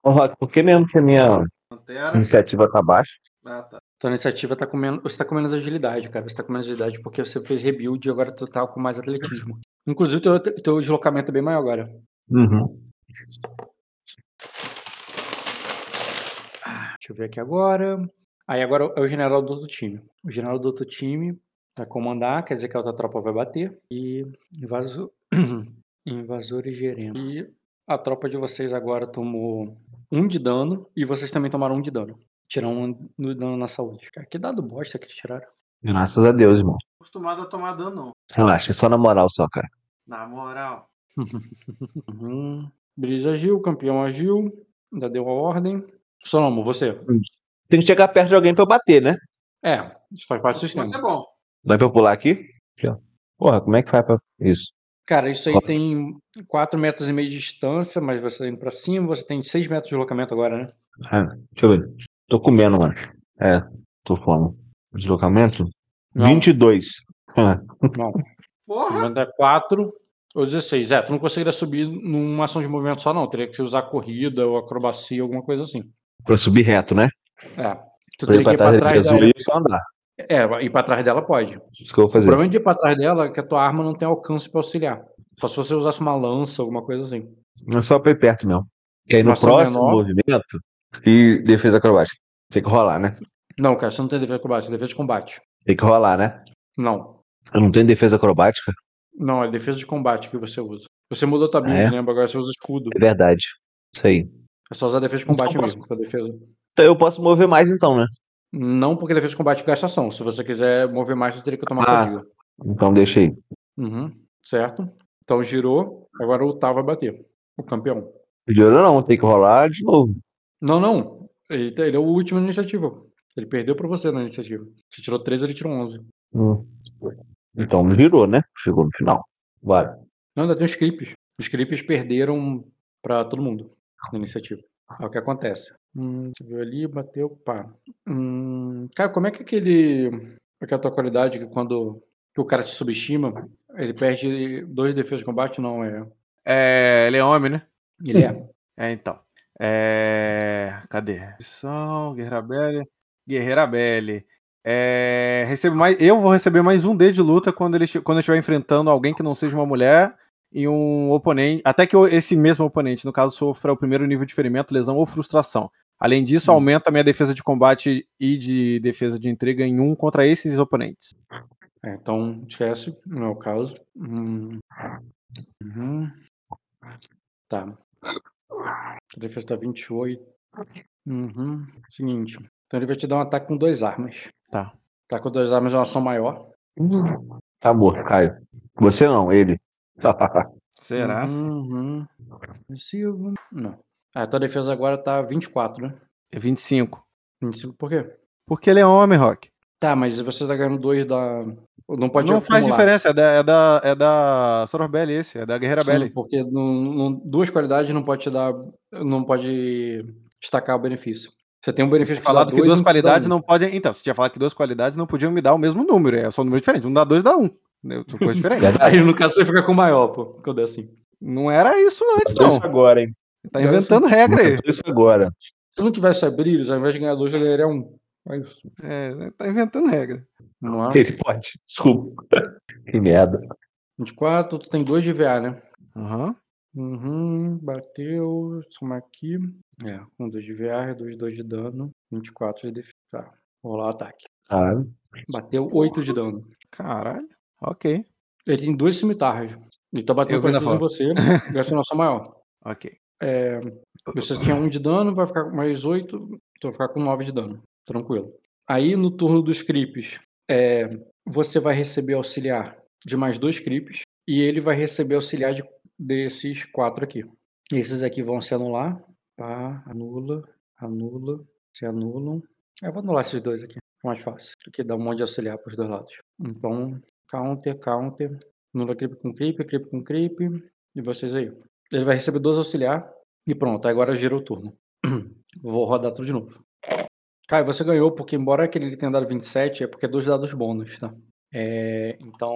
Speaker 1: Ô, Rock, por que mesmo que a minha
Speaker 3: Pantera.
Speaker 1: iniciativa tá baixa?
Speaker 3: Ah, tá.
Speaker 2: Tua iniciativa tá com menos. Você tá com menos agilidade, cara. Você tá com menos agilidade porque você fez rebuild e agora tu tá com mais atletismo. Inclusive, teu, teu deslocamento é bem maior agora.
Speaker 1: Uhum.
Speaker 2: Deixa eu ver aqui agora. Aí agora é o general do outro time. O general do outro time tá vai comandar, quer dizer que a outra tropa vai bater. E invasor, invasores gerendo. E a tropa de vocês agora tomou um de dano e vocês também tomaram um de dano. Tiraram um de dano na saúde. Cara, que dado bosta que eles tiraram.
Speaker 1: Graças a Deus, irmão.
Speaker 3: Acostumado a tomar dano, não.
Speaker 1: Relaxa, é só na moral só, cara.
Speaker 3: Na moral.
Speaker 2: Uhum. Brisa agiu, o campeão agiu, ainda deu a ordem. Sonomo, você.
Speaker 1: Tem que chegar perto de alguém pra eu bater, né?
Speaker 2: É, isso faz parte do sistema.
Speaker 3: é bom.
Speaker 1: Dá pra eu pular aqui? Aqui, ó. Porra, como é que faz pra. Isso.
Speaker 2: Cara, isso aí
Speaker 1: Roda.
Speaker 2: tem 4 metros e meio de distância, mas você tá indo pra cima, você tem 6 metros de deslocamento agora, né?
Speaker 1: Ah, deixa eu ver. Tô comendo, mano. É, tô fome. Deslocamento?
Speaker 2: Não.
Speaker 1: 22. Ah,
Speaker 3: Porra!
Speaker 2: Movimento é 4 ou 16. É, tu não conseguiria subir numa ação de movimento só, não. Teria que usar corrida ou acrobacia, alguma coisa assim.
Speaker 1: pra subir reto, né?
Speaker 2: É. Tu
Speaker 1: Pra
Speaker 2: teria
Speaker 1: ir
Speaker 2: que
Speaker 1: pra
Speaker 2: ir pra
Speaker 1: trás,
Speaker 2: trás
Speaker 1: azul
Speaker 2: dela.
Speaker 1: e só andar.
Speaker 2: É, ir pra trás dela pode.
Speaker 1: Isso que eu vou
Speaker 2: O
Speaker 1: fazer.
Speaker 2: problema de ir pra trás dela é que a tua arma não tem alcance pra auxiliar. Só se você usasse uma lança, alguma coisa assim.
Speaker 1: É só pra ir perto mesmo. E aí no
Speaker 2: Uma ação
Speaker 1: próximo
Speaker 2: menor.
Speaker 1: movimento. E defesa acrobática. Tem que rolar, né?
Speaker 2: Não, cara, você não tem defesa de combate, é defesa de combate.
Speaker 1: Tem que rolar, né?
Speaker 2: Não.
Speaker 1: Eu não tenho defesa acrobática?
Speaker 2: Não, é defesa de combate que você usa. Você mudou a tua build,
Speaker 1: Ah, é?
Speaker 2: lembra? Agora você usa escudo.
Speaker 1: É verdade. Isso aí.
Speaker 2: É só usar defesa de
Speaker 1: Então,
Speaker 2: combate
Speaker 1: posso-
Speaker 2: mesmo. tua defesa.
Speaker 1: Então eu posso mover mais então, né?
Speaker 2: Não porque defesa de combate gasta ação. Se você quiser mover mais, você teria que tomar
Speaker 1: Ah.
Speaker 2: fadiga.
Speaker 1: Então deixa aí.
Speaker 2: Uhum, certo? Então girou. Agora o Tá vai bater. O campeão.
Speaker 1: Melhorou não, tem que rolar de novo.
Speaker 2: Não, não. Ele, tá- ele é o último na iniciativa. Ele perdeu pra você na iniciativa. Você tirou 13, ele tirou 11.
Speaker 1: Hum. Então virou, né? Chegou no final. Bora.
Speaker 2: Não, ainda tem os creeps. Os creeps perderam pra todo mundo na iniciativa. É o que acontece. Hum, você viu ali, bateu, pá. Hum, cara, como é que aquele. Aquela tua qualidade que quando que o cara te subestima, ele perde dois defesas de combate? Não, é.
Speaker 3: É, ele é homem, né?
Speaker 2: Ele é.
Speaker 3: É, então. Eh, É, cadê? Missão, Guerreira Belle. Guerreira Belle. É, recebo mais, eu vou receber mais um D de luta quando, ele, esti- quando eu estiver enfrentando alguém que não seja uma mulher e um oponente. Até que eu- esse mesmo oponente, no caso, sofra o primeiro nível de ferimento, lesão ou frustração. Além disso,
Speaker 1: Hum.
Speaker 3: aumenta a minha defesa de combate e de defesa de entrega em um contra esses oponentes.
Speaker 2: É, então, esquece, no meu caso. Hum. Uhum. Tá. A defesa tá 28. Uhum. Seguinte. Então ele vai te dar um ataque com duas armas.
Speaker 3: Tá.
Speaker 2: Tá com duas armas é uma ação maior.
Speaker 1: Tá morto, Caio. Você não, ele.
Speaker 3: Será?
Speaker 2: Uhum. Ofensivo. Não. Ah, tua defesa agora tá 24, né?
Speaker 3: É 25.
Speaker 2: 25 por quê?
Speaker 3: Porque ele é homem, Rock.
Speaker 2: Tá, mas você tá ganhando dois da. Não pode
Speaker 3: não faz
Speaker 2: acumular.
Speaker 3: diferença, é da, é da, é da Sorobelli esse, é da Guerreira
Speaker 2: Sim,
Speaker 3: Belli.
Speaker 2: porque não, não- duas qualidades não pode te dar, não pode destacar o benefício. Você tem um benefício te dá
Speaker 3: Falado que
Speaker 2: dois,
Speaker 3: duas
Speaker 2: um te dá
Speaker 3: qualidades
Speaker 2: um.
Speaker 3: não podem. Então, você tinha falado que duas qualidades não podiam me dar o mesmo número. É só um número diferente. Um dá dois, dá um. né? São coisas diferentes.
Speaker 1: Verdade.
Speaker 2: Aí no caso você fica com o maior, pô, quando é assim.
Speaker 3: não era isso antes,
Speaker 1: Isso
Speaker 3: não.
Speaker 1: agora, hein?
Speaker 3: Tá inventando regra aí.
Speaker 1: Isso agora.
Speaker 2: Se não tivesse abrilhos, ao invés de ganhar dois, eu ganharia um. É isso.
Speaker 3: É, tá inventando regra.
Speaker 2: Não é?
Speaker 1: Ele pode. Desculpa. Que merda.
Speaker 2: 24, tu tem dois de VA, né?
Speaker 3: Aham.
Speaker 2: Uhum, bateu, somar aqui. É, um, dois de VA, dois, dois de dano, 24 de defesa. Tá, vou lá, ataque.
Speaker 1: Sabe?
Speaker 2: Bateu 8 de dano.
Speaker 3: Caralho. Ok.
Speaker 2: Ele tem dois cimitarras. Ele tá batendo
Speaker 3: Eu vi
Speaker 2: com as
Speaker 3: na
Speaker 2: duas em você, gastando a sua maior.
Speaker 3: Ok.
Speaker 2: É, Você tinha 1 de dano, vai ficar com mais 8, então vai ficar com 9 de dano. Tranquilo. Aí no turno dos creeps, é, você vai receber auxiliar de mais dois creeps e ele vai receber auxiliar de- desses quatro aqui. Esses aqui vão se anular. Pá, anula, anula, se anulam. Eu vou anular esses dois aqui, é mais fácil, porque dá um monte de auxiliar para os dois lados. Então, counter, counter, anula creep com creep, creep com creep, e vocês aí. Ele vai receber dois auxiliar, e pronto, agora gira o turno. Vou rodar tudo de novo. Caio, você ganhou, porque embora aquele ele tenha dado 27, é porque é dois dados bônus, tá? É, então,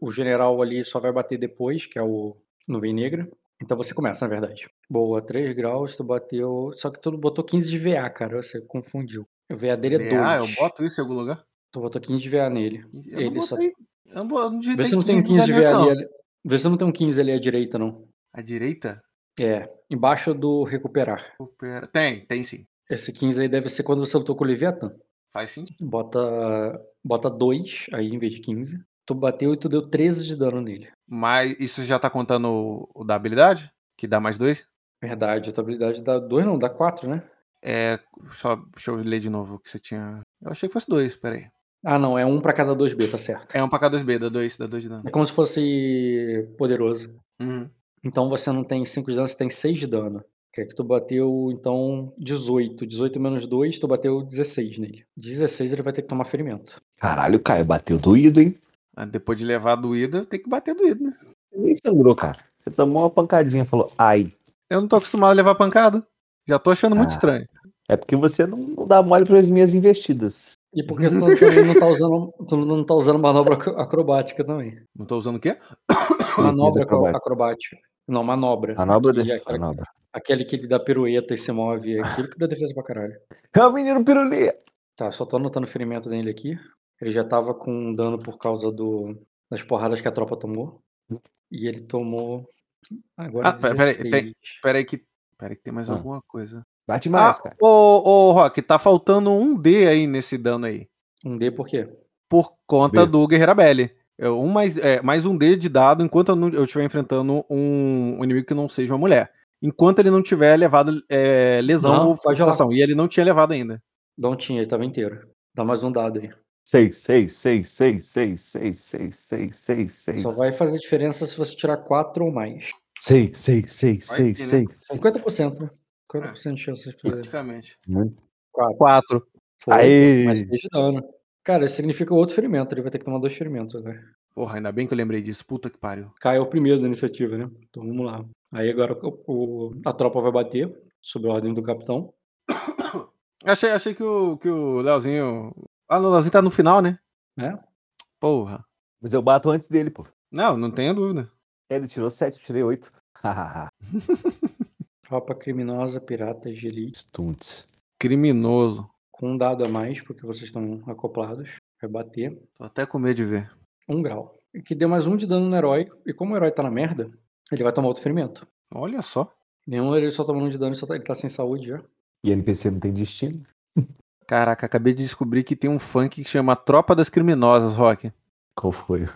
Speaker 2: o general ali só vai bater depois, que é o Nuvem Negra. Então você começa, na verdade. Boa, 3 graus, tu bateu... Só que tu botou 15 de VA, cara, você confundiu. O VA dele é 2.
Speaker 3: Ah, eu boto isso em algum lugar?
Speaker 2: Tu botou 15 de VA nele.
Speaker 3: Eu
Speaker 2: Ele
Speaker 3: não
Speaker 2: só-
Speaker 3: botei. Eu não, bo- eu não
Speaker 2: Vê
Speaker 3: digitei
Speaker 2: se não tem 15 de
Speaker 3: na minha,
Speaker 2: VA
Speaker 3: não.
Speaker 2: ali... Vê se não tem um 15 ali à direita, não.
Speaker 3: À direita?
Speaker 2: É, embaixo do recuperar.
Speaker 3: Opera- Tem, tem sim.
Speaker 2: Esse 15 aí deve ser quando você lutou com o Leviathan.
Speaker 3: Faz sentido.
Speaker 2: Bota, bota 2 aí em vez de 15. Tu bateu e tu deu 13 de dano nele.
Speaker 3: Mas isso já tá contando o, o da habilidade? Que dá mais dois?
Speaker 2: Verdade, a tua habilidade dá 2, não, dá 4, né?
Speaker 3: É. Só, deixa eu ler de novo o que você tinha. Eu achei que fosse dois, peraí.
Speaker 2: Ah, não, é um pra cada 2B, tá certo.
Speaker 3: É um pra K2B, dá dois, dá dois de dano.
Speaker 2: É como se fosse poderoso.
Speaker 3: Uhum.
Speaker 2: Então você não tem 5 de dano, você tem 6 de dano. Que é que tu bateu, então, 18. 18 menos 2, tu bateu 16 nele. 16 ele vai ter que tomar ferimento.
Speaker 1: Caralho, Caio, bateu doído, hein?
Speaker 3: Ah, Depois de levar a doída, tem que bater doído, né?
Speaker 1: Nem sangrou, cara. Você tomou uma pancadinha, falou, ai.
Speaker 3: Eu não tô acostumado a levar pancada. Já tô achando muito
Speaker 1: Ah.
Speaker 3: estranho.
Speaker 1: É porque você não, não dá mole para as minhas investidas.
Speaker 2: E porque tu também não tá usando, tu não tá usando manobra acro- acrobática também.
Speaker 3: Não tô usando o quê?
Speaker 2: Manobra acro-
Speaker 1: acrobática.
Speaker 2: acrobática. Não, manobra.
Speaker 1: Manobra
Speaker 2: Aquele-
Speaker 1: de.
Speaker 2: aquela-
Speaker 1: Manobra.
Speaker 2: Aquele que ele dá pirueta e se move. é Aquilo que dá defesa pra caralho.
Speaker 1: É o menino pirulê.
Speaker 2: Tá, só tô anotando o ferimento dele aqui. Ele já tava com um dano por causa do, das porradas que a tropa tomou. E ele tomou. Agora
Speaker 3: Ah, pera- peraí,
Speaker 2: 16.
Speaker 3: tem- Peraí que. Peraí que tem mais
Speaker 1: Ah.
Speaker 3: alguma coisa.
Speaker 1: Bate
Speaker 3: Ah,
Speaker 1: mais, cara.
Speaker 3: ô, ô, Rock, tá faltando um D aí nesse dano aí.
Speaker 2: Um D por quê?
Speaker 3: Por conta
Speaker 1: B.
Speaker 3: do Guerreira Belli. É, um mais, é, mais um D de dado enquanto eu, não- eu estiver enfrentando um, um inimigo que não seja uma mulher. Enquanto ele não tiver levado é, lesão
Speaker 2: Não,
Speaker 3: ou
Speaker 2: pode rolar.
Speaker 3: frustração. E ele não tinha levado ainda.
Speaker 2: Não um tinha, ele tava inteiro. Dá mais um dado aí.
Speaker 1: 6, 6, 6, 6, 6, 6, 6, 6, 6, 6.
Speaker 2: Só vai fazer diferença se você tirar 4 ou mais.
Speaker 1: 6, 6, 6,
Speaker 3: Vai
Speaker 1: 6,
Speaker 3: que, né?
Speaker 1: 6.
Speaker 2: 50%,
Speaker 3: Ah.
Speaker 2: né? 50% de chance de fazer.
Speaker 3: Praticamente.
Speaker 2: 4.
Speaker 3: Quatro.
Speaker 2: Foi.
Speaker 1: Aê!
Speaker 2: Mas 6 de dano. Cara, isso significa outro ferimento. Ele vai ter que tomar dois ferimentos agora.
Speaker 3: Porra, ainda bem que eu lembrei disso. Puta que pariu.
Speaker 2: Caio é o primeiro da iniciativa, né? Então vamos lá. Aí agora o- o- a tropa vai bater, sob a ordem do capitão.
Speaker 3: Achei, achei que, o, que o Leozinho. Ah, não, o Leozinho tá no final, né?
Speaker 2: É.
Speaker 3: Porra.
Speaker 1: Mas eu bato antes dele, pô.
Speaker 3: Não, não tenho dúvida.
Speaker 1: Ele tirou 7, eu tirei 8. Hahaha.
Speaker 2: Tropa criminosa, piratas de elite,
Speaker 1: Stunts.
Speaker 3: Criminoso.
Speaker 2: com um dado a mais, porque vocês estão acoplados. Vai bater
Speaker 3: Tô até com medo de ver.
Speaker 2: um grau. E Que deu mais um de dano no herói. E como o herói tá na merda, ele vai tomar outro ferimento.
Speaker 3: Olha só.
Speaker 2: Nenhum ele só tomou um de dano, só tá- ele tá sem saúde já.
Speaker 1: E NPC não tem destino.
Speaker 3: Caraca, acabei de descobrir que tem um funk que chama Tropa das Criminosas, Rock.
Speaker 1: Qual foi?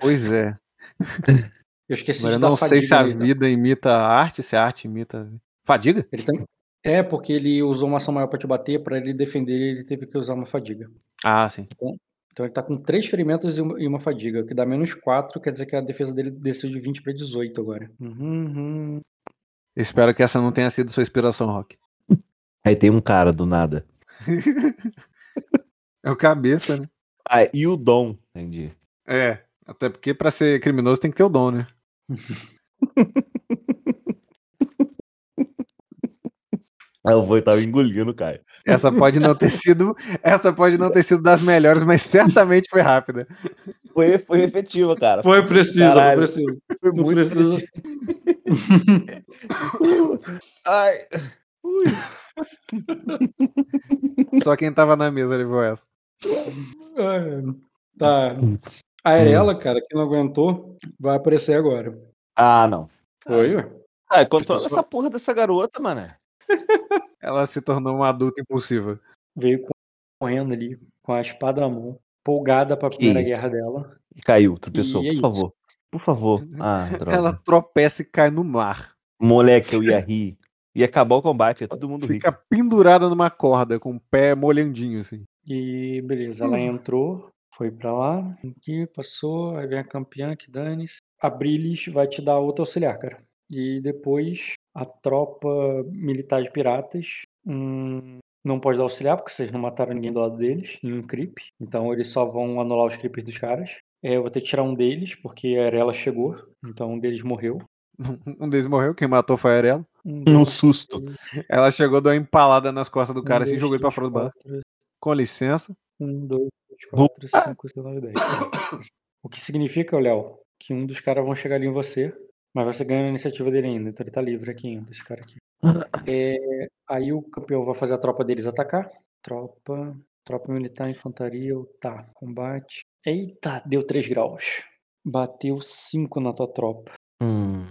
Speaker 3: Pois é.
Speaker 2: Eu esqueci
Speaker 3: Agora eu
Speaker 2: de dar
Speaker 3: não sei se a né?
Speaker 2: nele.
Speaker 3: vida imita a arte, se a arte imita. a vida. Fadiga?
Speaker 2: Ele tem- É, porque ele usou uma ação maior pra te bater, pra ele defender, ele teve que usar uma fadiga.
Speaker 3: Ah, sim.
Speaker 2: Então ele tá com três ferimentos e uma, e uma fadiga, o que dá menos 4, quer dizer que a defesa dele desceu de 20 pra 18 agora. Uhum, uhum.
Speaker 3: Espero que essa não tenha sido sua inspiração, Rock.
Speaker 1: Aí tem um cara do nada.
Speaker 3: É o cabeça, né?
Speaker 1: Ah, e o Dom. Entendi.
Speaker 3: É. Até porque pra ser criminoso tem que ter o dom, né?
Speaker 1: Ah, Eu vou estar engolindo, cara.
Speaker 3: Essa pode não ter sido, essa pode não ter sido das melhores, mas certamente foi rápida.
Speaker 1: Foi, foi efetiva, cara.
Speaker 2: Foi preciso, foi
Speaker 1: Caralho.
Speaker 2: preciso.
Speaker 1: Foi
Speaker 2: Não precisa.
Speaker 1: Ai.
Speaker 3: Só quem tava na mesa levou essa.
Speaker 2: É, Tá. A Arela, cara, que não aguentou, vai aparecer agora.
Speaker 1: Ah, não.
Speaker 2: Foi, ué.
Speaker 1: Ah, controla essa porra dessa garota, mano.
Speaker 3: Ela se tornou uma adulta impulsiva.
Speaker 2: Veio co- correndo ali com a espada na mão, polgada pra primeira
Speaker 1: isso.
Speaker 2: guerra dela.
Speaker 1: E caiu, tropeçou.
Speaker 2: E é
Speaker 1: Por
Speaker 2: isso.
Speaker 1: favor. Por favor. Ah, droga.
Speaker 3: Ela tropeça e cai no mar.
Speaker 1: Moleque, eu ia rir. Ia acabar o combate, ia todo mundo rir.
Speaker 3: Fica pendurada numa corda, com o pé molhandinho, assim.
Speaker 2: E beleza, ela
Speaker 3: Hum.
Speaker 2: entrou, foi pra lá, aqui, passou, aí vem a campeã, que dane-se. A Brilis vai te dar outro auxiliar, cara. E depois a tropa militar de piratas. hum, não pode dar auxiliar, porque vocês não mataram ninguém do lado deles, nenhum creep. Então eles só vão anular os creeps dos caras. É, eu vou ter que tirar um deles, porque a Arela chegou. Então um deles morreu.
Speaker 3: Um deles morreu, quem matou foi a Arela.
Speaker 2: Um,
Speaker 1: Num
Speaker 2: dois,
Speaker 1: susto.
Speaker 2: três,
Speaker 3: Ela chegou, deu uma empalada nas costas do
Speaker 2: um,
Speaker 3: cara assim,
Speaker 2: dois,
Speaker 3: jogou ele pra
Speaker 2: três,
Speaker 3: fora do bar.
Speaker 2: quatro,
Speaker 3: Com licença.
Speaker 2: Um, dois, três,
Speaker 1: Vou-
Speaker 2: quatro, cinco, seis, nove, dez. O que significa, Léo, que um dos caras vão chegar ali em você, mas você ganha a iniciativa dele ainda, então ele tá livre aqui ainda, esse cara aqui. É, aí o campeão vai fazer a tropa deles atacar. Tropa, tropa militar, infantaria, tá, combate. Eita, deu 3 graus. Bateu 5 na tua tropa.
Speaker 1: Hum.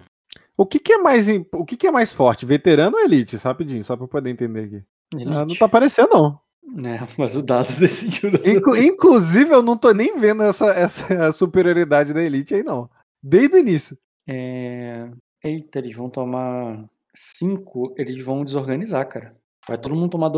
Speaker 3: O que, que é mais im- o que, que é mais forte, veterano ou elite? Só Rapidinho, só pra eu poder entender aqui. Ah, não
Speaker 2: Elite.
Speaker 3: tá aparecendo não.
Speaker 2: É, mas o dado decidiu. dessa
Speaker 3: Inclu- inclusive eu não tô nem vendo essa, essa superioridade da elite aí não. Desde o início.
Speaker 2: É... Eita, eles vão tomar 5, eles vão desorganizar, cara. Vai todo mundo tomar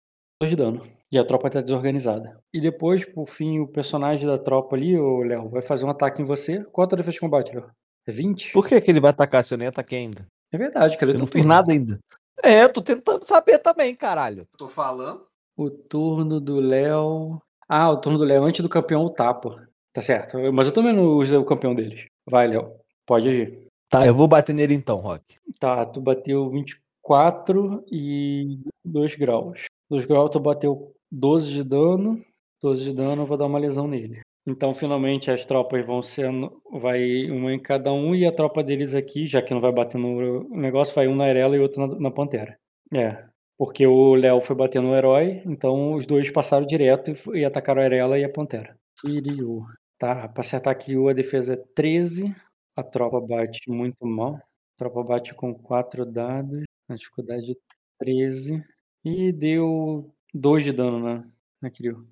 Speaker 2: 2 de dano. E a tropa tá desorganizada. E depois, por fim, o personagem da tropa ali, o Léo, vai fazer um ataque em você. Qual a tua defesa de combate, Léo? É 20?
Speaker 1: Por que, que ele vai atacar se eu nem ataquei ainda?
Speaker 2: É verdade, cara.
Speaker 1: Eu
Speaker 2: teu
Speaker 1: não fiz
Speaker 2: turno.
Speaker 1: nada ainda. É, eu tô tentando saber também, caralho.
Speaker 3: Tô falando.
Speaker 2: O turno do Léo. Ah, o turno do Léo antes do campeão o tapa. Tá certo. eu- Mas eu também não uso o campeão deles. Vai, Léo. Pode agir.
Speaker 1: Tá, eu vou bater nele então, Rock.
Speaker 2: Tá, tu bateu 24 e 2 graus. 2 graus tu bateu 12 de dano. 12 de dano, eu vou dar uma lesão nele. Então, finalmente, as tropas vão sendo. Vai uma em cada um, e a tropa deles aqui, já que não vai bater no negócio, vai um na Arela e outro na, na Pantera. É. Porque o Léo foi bater no herói, então os dois passaram direto e, f- e atacaram a Arela e a Pantera. Kiryu. Tá, pra acertar Kiryu a defesa é 13. A tropa bate muito mal. Tropa bate com 4 dados, na dificuldade 13. E deu 2 de dano, né? Na Kiryu.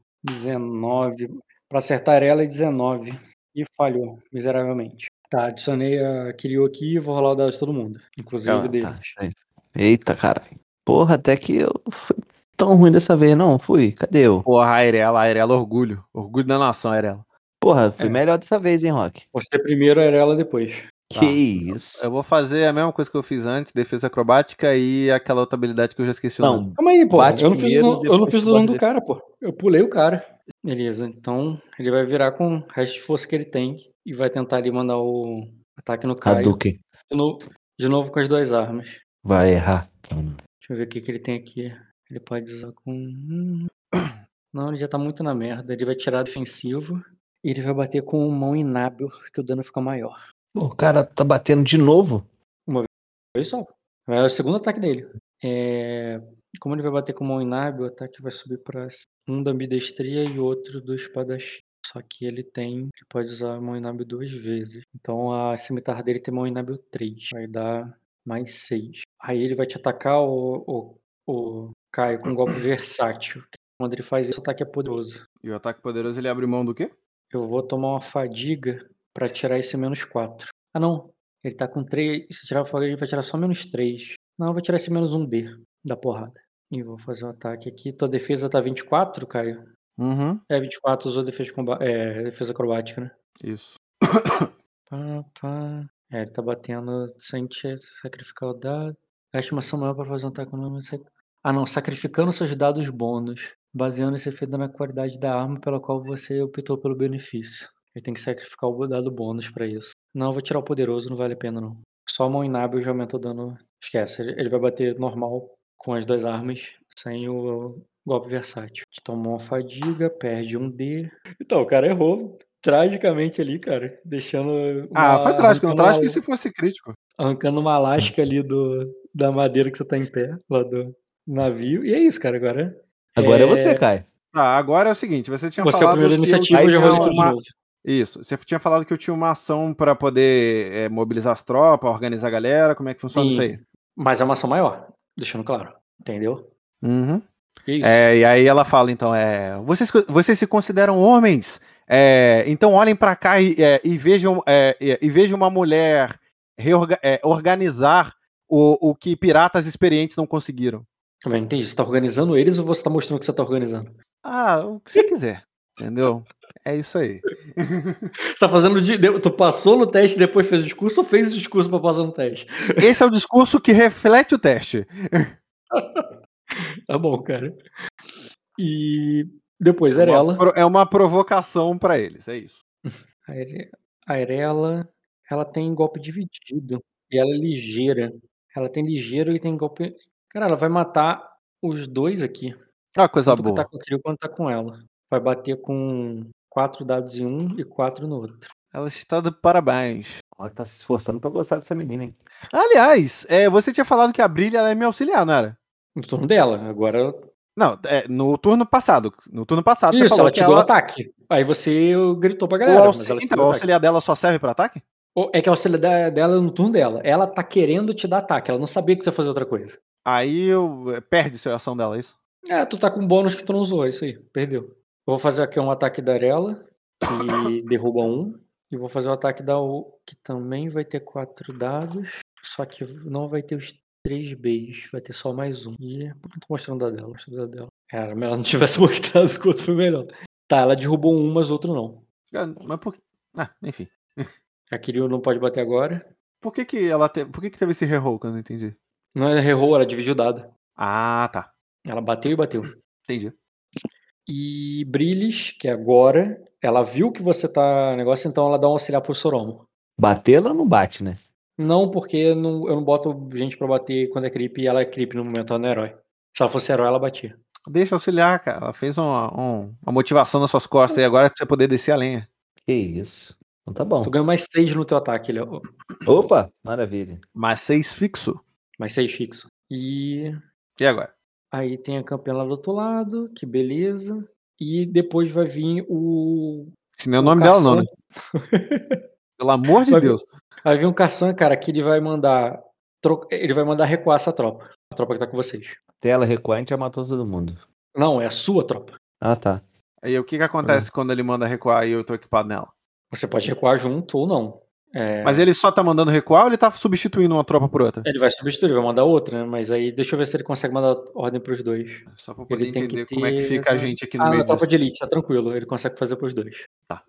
Speaker 2: 19. Pra acertar ela é 19. E falhou, miseravelmente. Tá, adicionei a Kiryu aqui e vou rolar o dado de todo mundo. Inclusive
Speaker 1: Ah,
Speaker 2: o dele.
Speaker 1: tá. Eita, caralho. Porra, até que eu fui tão ruim dessa vez, não. Fui. Cadê eu?
Speaker 3: Porra, a Arela, a Arela, orgulho. Orgulho da nação, Arela.
Speaker 1: Porra, fui
Speaker 2: É.
Speaker 1: melhor dessa vez, hein, Rock?
Speaker 2: Você primeiro, era ela depois.
Speaker 3: Tá.
Speaker 1: Que isso.
Speaker 3: Eu vou fazer a mesma coisa que eu fiz antes, defesa acrobática e aquela outra habilidade que eu já esqueci o nome.
Speaker 1: Não,
Speaker 2: Calma aí, pô.
Speaker 1: Bate
Speaker 2: eu não fiz, o
Speaker 1: primeiro,
Speaker 2: no- eu não
Speaker 1: depois
Speaker 2: fiz
Speaker 1: tu
Speaker 2: o nome
Speaker 1: bate
Speaker 2: do cara, pô. Eu pulei o cara. Beleza, então ele vai virar com o resto de força que ele tem e vai tentar ali mandar o ataque no Caio.
Speaker 1: Hadouken.
Speaker 2: De novo, de novo com as duas armas.
Speaker 1: Vai errar.
Speaker 2: Deixa eu ver o que, que ele tem aqui. Ele pode usar com. Hum. Não, ele já tá muito na merda. Ele vai tirar defensivo. E ele vai bater com mão inábil, que o dano fica maior.
Speaker 1: Pô, o cara tá batendo de novo?
Speaker 2: Olha só. É o segundo ataque dele. É, Como ele vai bater com mão inábil, o ataque vai subir para um da ambidestria e outro do espadachim. Só que ele tem. Ele pode usar a mão inábil duas vezes. Então a cimitarra dele tem mão inábil 3. Vai dar mais 6. Aí ele vai te atacar o, o, o Caio com um golpe versátil. Quando ele faz isso, o ataque é poderoso.
Speaker 3: E o ataque poderoso ele abre mão do quê?
Speaker 2: Eu vou tomar uma fadiga pra tirar esse menos 4. Ah, não. Ele tá com 3. Se tirar a fadiga, ele vai tirar só menos 3. Não, eu vou tirar esse menos 1D da porrada. E vou fazer um ataque aqui. Tua defesa tá 24, Caio?
Speaker 3: Uhum.
Speaker 2: É, 24 usou defesa, de comba- é, defesa acrobática, né?
Speaker 3: Isso.
Speaker 2: Pá, pá. É, ele tá batendo sem te sacrificar o dado. Gasta uma ação maior pra fazer um ataque no mesmo sac- Ah não, sacrificando seus dados bônus, baseando esse efeito na qualidade da arma pela qual você optou pelo benefício. Ele tem que sacrificar o dado bônus pra isso. Não, eu vou tirar o poderoso, não vale a pena não. Só a mão inábil já aumenta o dano. Esquece, ele ele vai bater normal com as duas armas, sem o golpe versátil. Te tomou uma fadiga, perde um D. Então, o cara errou tragicamente ali, cara. Deixando.
Speaker 3: Ah,
Speaker 2: uma-
Speaker 3: foi trágico. Não
Speaker 2: arrancando
Speaker 3: trágico
Speaker 2: uma-
Speaker 3: e se fosse crítico.
Speaker 2: arrancando uma lasca ali do, da madeira que você tá em pé, lá do navio. E é isso, cara, agora.
Speaker 1: Agora é,
Speaker 2: É,
Speaker 1: você, Caio.
Speaker 3: Tá, agora é o seguinte, você tinha
Speaker 2: Você é o
Speaker 3: falado
Speaker 2: primeiro
Speaker 3: que eu
Speaker 2: iniciativa, eu
Speaker 1: Aí
Speaker 2: já
Speaker 1: tem
Speaker 2: rolei
Speaker 3: tinha
Speaker 2: tudo de
Speaker 3: uma-
Speaker 2: novo.
Speaker 3: Isso, você tinha falado que eu tinha uma ação pra poder é, mobilizar as tropas, organizar a galera, como é que funciona
Speaker 2: Sim.
Speaker 3: isso aí?
Speaker 2: Mas é uma ação maior, deixando claro. Entendeu?
Speaker 3: Uhum.
Speaker 2: E é isso.
Speaker 3: É, e aí ela fala, então, é, vocês, co- vocês se consideram homens, é, então olhem pra cá e, é, e vejam, é, e, e vejam uma mulher reorga- é, organizar o, o que piratas experientes não conseguiram.
Speaker 2: Eu não entendi. Você tá organizando eles ou você tá mostrando que você tá organizando?
Speaker 3: Ah, o que você quiser, entendeu? É isso aí.
Speaker 2: Você tá fazendo. de- de- Tu passou no teste, depois fez o discurso ou fez o discurso pra passar no teste?
Speaker 3: Esse é o discurso que reflete o teste.
Speaker 2: Tá bom, cara. E depois era ela.
Speaker 3: Uma pro- é uma provocação pra eles, é isso.
Speaker 2: A Ere- a Erela, ela tem golpe dividido. E ela é ligeira. Ela tem ligeiro e tem golpe. Cara, ela vai matar os dois aqui.
Speaker 3: Ah, coisa
Speaker 2: Tanto que
Speaker 3: boa.
Speaker 2: tá com o Kiryu quanto tá com ela. Vai bater com quatro dados em um e quatro no outro.
Speaker 3: Ela está de parabéns.
Speaker 1: Ela tá se esforçando pra gostar dessa menina, hein?
Speaker 3: Aliás, é, você tinha falado que a Brilha ela é meu auxiliar, não era?
Speaker 2: No turno dela. Agora.
Speaker 3: Não, é, no turno passado. No turno passado Ah, você
Speaker 2: Isso,
Speaker 3: falou
Speaker 2: ela
Speaker 3: que
Speaker 2: te deu o
Speaker 3: ela,
Speaker 2: ataque. Aí você gritou pra
Speaker 3: o,
Speaker 2: galera.
Speaker 3: aux-
Speaker 2: mas ela te
Speaker 3: então,
Speaker 2: deu
Speaker 3: o
Speaker 2: o ataque.
Speaker 3: auxiliar dela só serve pra ataque?
Speaker 2: Ou- É que o auxílio da- dela é no turno dela. Ela tá querendo te dar ataque. Ela não sabia que você ia fazer outra coisa.
Speaker 3: Aí eu, é, perde a ação dela, é isso?
Speaker 2: É, tu tá com bônus que tu não usou, é isso aí, perdeu. Eu vou fazer aqui um ataque da Arela, que derruba um. E vou fazer o ataque da U, que também vai ter quatro dados. Só que não vai ter os três Bs, vai ter só mais um. E por que eu tô mostrando a dela, mostrando a dela. Era melhor não tivesse mostrado, porque o outro foi melhor. Tá, ela derrubou um, mas o outro não.
Speaker 3: Ah, Mas por ah, enfim.
Speaker 2: A Kiryu não pode bater agora.
Speaker 3: Por que que ela te- por que que teve esse reroll que eu não entendi?
Speaker 2: Não, ela errou, ela dividiu o dado.
Speaker 3: Ah, tá.
Speaker 2: Ela bateu e bateu.
Speaker 3: Entendi.
Speaker 2: E Brilis, que agora, ela viu que você tá negócio, então ela dá um auxiliar pro Soromo.
Speaker 1: Bater ela não bate, né?
Speaker 2: Não, porque eu não, eu não boto gente pra bater quando é creep e ela é creep no momento, ela não é herói. Se ela fosse herói, ela batia.
Speaker 3: Deixa auxiliar, cara. Ela fez uma, um- uma motivação nas suas costas e agora é pra você poder descer a lenha.
Speaker 1: Que isso. Então tá bom.
Speaker 2: Tu ganhou mais 6 no teu ataque, Léo.
Speaker 1: Opa, maravilha.
Speaker 3: Mas seis fixo.
Speaker 2: Mais 6 fixo. E
Speaker 3: E agora?
Speaker 2: aí tem a campeã lá do outro lado, que beleza. E depois vai vir o.
Speaker 3: Se não é o nome dela, não,
Speaker 2: Carção.
Speaker 3: né? Pelo amor de
Speaker 2: Vai vir-
Speaker 3: Deus.
Speaker 2: Vai vir um Kassan, cara, que ele vai mandar. tro- Ele vai mandar recuar essa tropa. A tropa que tá com vocês.
Speaker 1: Até ela recuar, a gente já matou todo mundo.
Speaker 2: Não, é a sua tropa.
Speaker 1: Ah, tá.
Speaker 3: Aí o que que acontece quando ele manda recuar e eu tô equipado nela?
Speaker 2: Você pode recuar junto ou não. É,
Speaker 3: Mas ele só tá mandando recuar ou ele tá substituindo uma tropa por outra?
Speaker 2: Ele vai substituir, vai mandar outra, né? Mas aí deixa eu ver se ele consegue mandar ordem pros dois.
Speaker 3: Só pra eu poder
Speaker 2: Ele tem que
Speaker 3: entender como é que
Speaker 2: ter-
Speaker 3: fica a gente aqui no
Speaker 2: Ah,
Speaker 3: meio
Speaker 2: na tropa
Speaker 3: disso.
Speaker 2: de elite, tá tranquilo. Ele consegue fazer pros dois.
Speaker 3: Tá.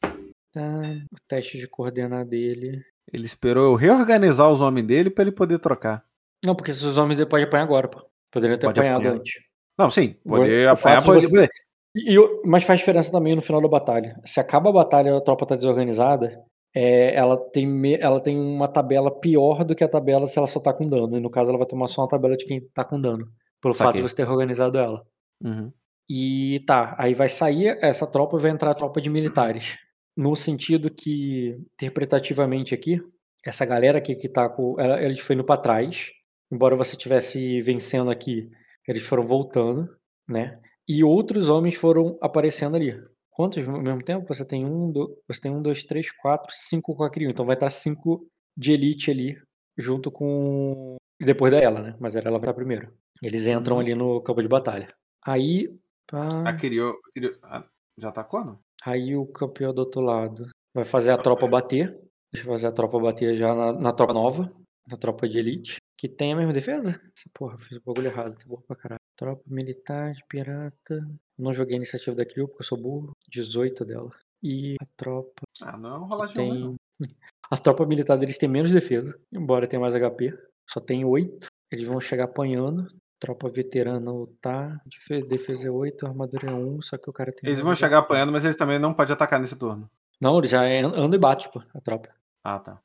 Speaker 2: Tá, O teste de coordenar dele.
Speaker 3: Ele esperou eu reorganizar os homens dele pra ele poder trocar.
Speaker 2: Não, porque esses homens ele pode apanhar agora, pô. Poderiam ter
Speaker 3: Pode
Speaker 2: apanhado
Speaker 3: apanhar.
Speaker 2: antes.
Speaker 3: Não, sim,
Speaker 2: Agora,
Speaker 3: poder
Speaker 2: o
Speaker 3: apanhar,
Speaker 2: fato de
Speaker 3: poder...
Speaker 2: você- E, e o- mas faz diferença também no final da batalha. Se acaba a batalha e a tropa tá desorganizada, é, ela, tem me- ela tem uma tabela pior do que a tabela se ela só tá com dano. E no caso ela vai tomar só uma tabela de quem tá com dano. Pelo fato
Speaker 1: Saquei.
Speaker 2: de você ter organizado ela.
Speaker 3: Uhum.
Speaker 2: E tá, aí vai sair essa tropa e vai entrar a tropa de militares. No sentido que, interpretativamente aqui, essa galera aqui que tá com. ela- eles foram indo pra trás. embora você tivesse vencendo aqui, eles foram voltando, né? E outros homens foram aparecendo ali. Quantos ao mesmo tempo? Você tem um, do- você tem um, dois, três, quatro, cinco com a Kiryu. Então vai estar cinco de elite ali, junto com. Depois da ela, né? Mas ela vai estar primeiro. Eles entram
Speaker 3: Uhum.
Speaker 2: ali no campo de batalha. Aí. pá,
Speaker 3: A Kiryu, Kiryu- ah, já atacou, não?
Speaker 2: Aí o campeão do outro lado vai fazer a tropa bater. Deixa eu fazer a tropa bater já na, na tropa nova, na tropa de elite, que tem a mesma defesa. Essa Porra, fiz o bagulho errado, tá bom pra caralho. Tropa militar, de pirata. Não joguei a iniciativa da Krill porque eu sou burro. 18 dela. E a tropa
Speaker 3: Ah, não é um rolagem ruim, não.
Speaker 2: tem. A tropa militar deles tem menos defesa, embora tenha mais HP. Só tem 8. Eles vão chegar apanhando. Tropa veterana tá. defe- Defesa é 8, armadura é 1, só que o cara tem.
Speaker 3: Eles
Speaker 2: mais
Speaker 3: vão chegar
Speaker 2: HP.
Speaker 3: apanhando, mas eles também não podem atacar nesse turno.
Speaker 2: Não, ele já é- anda e bate, pô, a tropa.
Speaker 3: Ah, tá.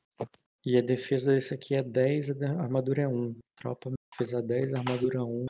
Speaker 2: E a defesa desse aqui é 10, a da- a armadura é 1. Tropa, defesa 10, a armadura 1.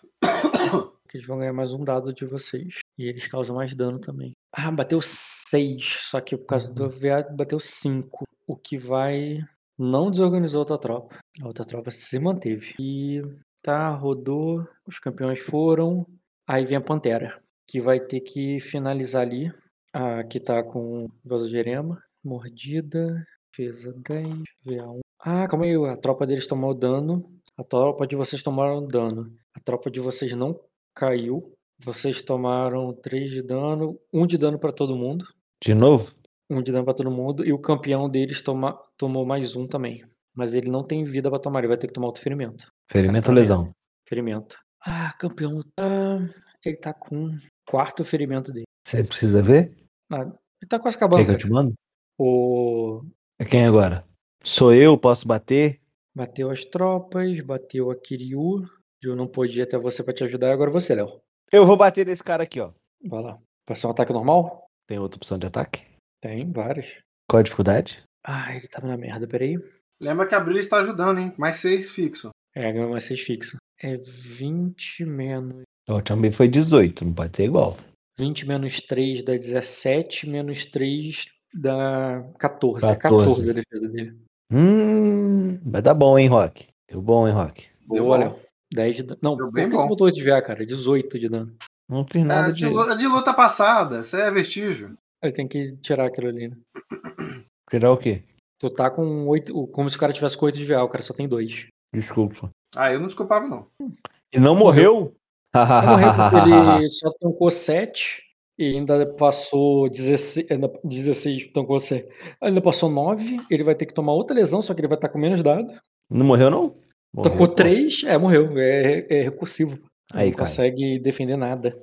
Speaker 2: que eles vão ganhar mais um dado de vocês. E eles causam mais dano também. Ah, bateu 6. Só que por causa do viado bateu 5. O que vai. Não desorganizou a outra tropa. A outra tropa se manteve. E tá, rodou. Os campeões foram. Aí vem a Pantera. Que vai ter que finalizar ali. A que tá com o Vasogerema. Mordida. Defesa 10. VA1. Ah, calma aí. A tropa deles tomou dano. A tropa de vocês tomaram dano. A tropa de vocês não caiu. Vocês tomaram 3 de dano, 1 de dano pra todo mundo,
Speaker 1: De novo?
Speaker 2: 1 de dano pra todo mundo e o campeão deles toma, tomou mais um também. Mas ele não tem vida pra tomar, ele vai ter que tomar outro ferimento.
Speaker 1: Ferimento ou lesão?
Speaker 2: Ferimento. Ah, campeão tá, ele tá com quarto ferimento dele.
Speaker 1: Você precisa ver?
Speaker 2: Ele tá quase
Speaker 1: Quer
Speaker 2: acabando.
Speaker 1: que eu
Speaker 2: cara.
Speaker 1: te mando?
Speaker 2: O
Speaker 1: É quem agora? Sou eu, posso bater?
Speaker 2: bateu as tropas, bateu a Kiryu. Eu não podia até você pra te ajudar, e agora você, Léo.
Speaker 1: Eu vou bater nesse cara aqui, ó.
Speaker 2: Vai lá. Vai ser um ataque normal?
Speaker 1: Tem outra opção de ataque?
Speaker 2: Tem várias.
Speaker 1: Qual a dificuldade?
Speaker 2: Ah, ele tá na merda, peraí.
Speaker 3: Lembra que a Brilha está ajudando, hein? Mais seis fixo.
Speaker 2: É, ganhou mais 6 fixo. É 20 menos.
Speaker 1: A última vez Então, foi 18, não pode ser igual.
Speaker 2: 20 menos 3 dá 17, menos 3 dá 14. É
Speaker 1: 14.
Speaker 2: 14 a defesa dele.
Speaker 1: Hum, vai dar bom, hein, Rock? Deu bom, hein, Rock?
Speaker 3: Deu
Speaker 2: Boa,
Speaker 3: bom.
Speaker 2: Léo. 10 de dano. Não,
Speaker 3: Deu
Speaker 2: por
Speaker 3: bem
Speaker 2: que que
Speaker 3: bom.
Speaker 2: botou de VA, cara? 18 de dano.
Speaker 1: Não fiz
Speaker 3: É,
Speaker 1: nada
Speaker 3: de,
Speaker 1: de...
Speaker 3: lu- é de luta passada, isso é vestígio.
Speaker 2: Aí tem que tirar aquilo ali, né?
Speaker 1: Tirar o quê?
Speaker 2: Tu tá com 8. Como se o cara tivesse com 8 de VA, o cara só tem 2.
Speaker 1: Desculpa.
Speaker 3: Ah, eu não desculpava, não.
Speaker 1: E não morreu?
Speaker 2: Ele morreu porque ele só tancou 7 e ainda passou 16. Ainda 16 tancou 7. Ainda passou 9. Ele vai ter que tomar outra lesão, só que ele vai estar com menos dado.
Speaker 1: Não morreu, não? Morreu,
Speaker 2: Tocou
Speaker 1: pô.
Speaker 2: três, é, morreu. É, é recursivo.
Speaker 1: Aí,
Speaker 2: não
Speaker 1: cara.
Speaker 2: consegue defender nada.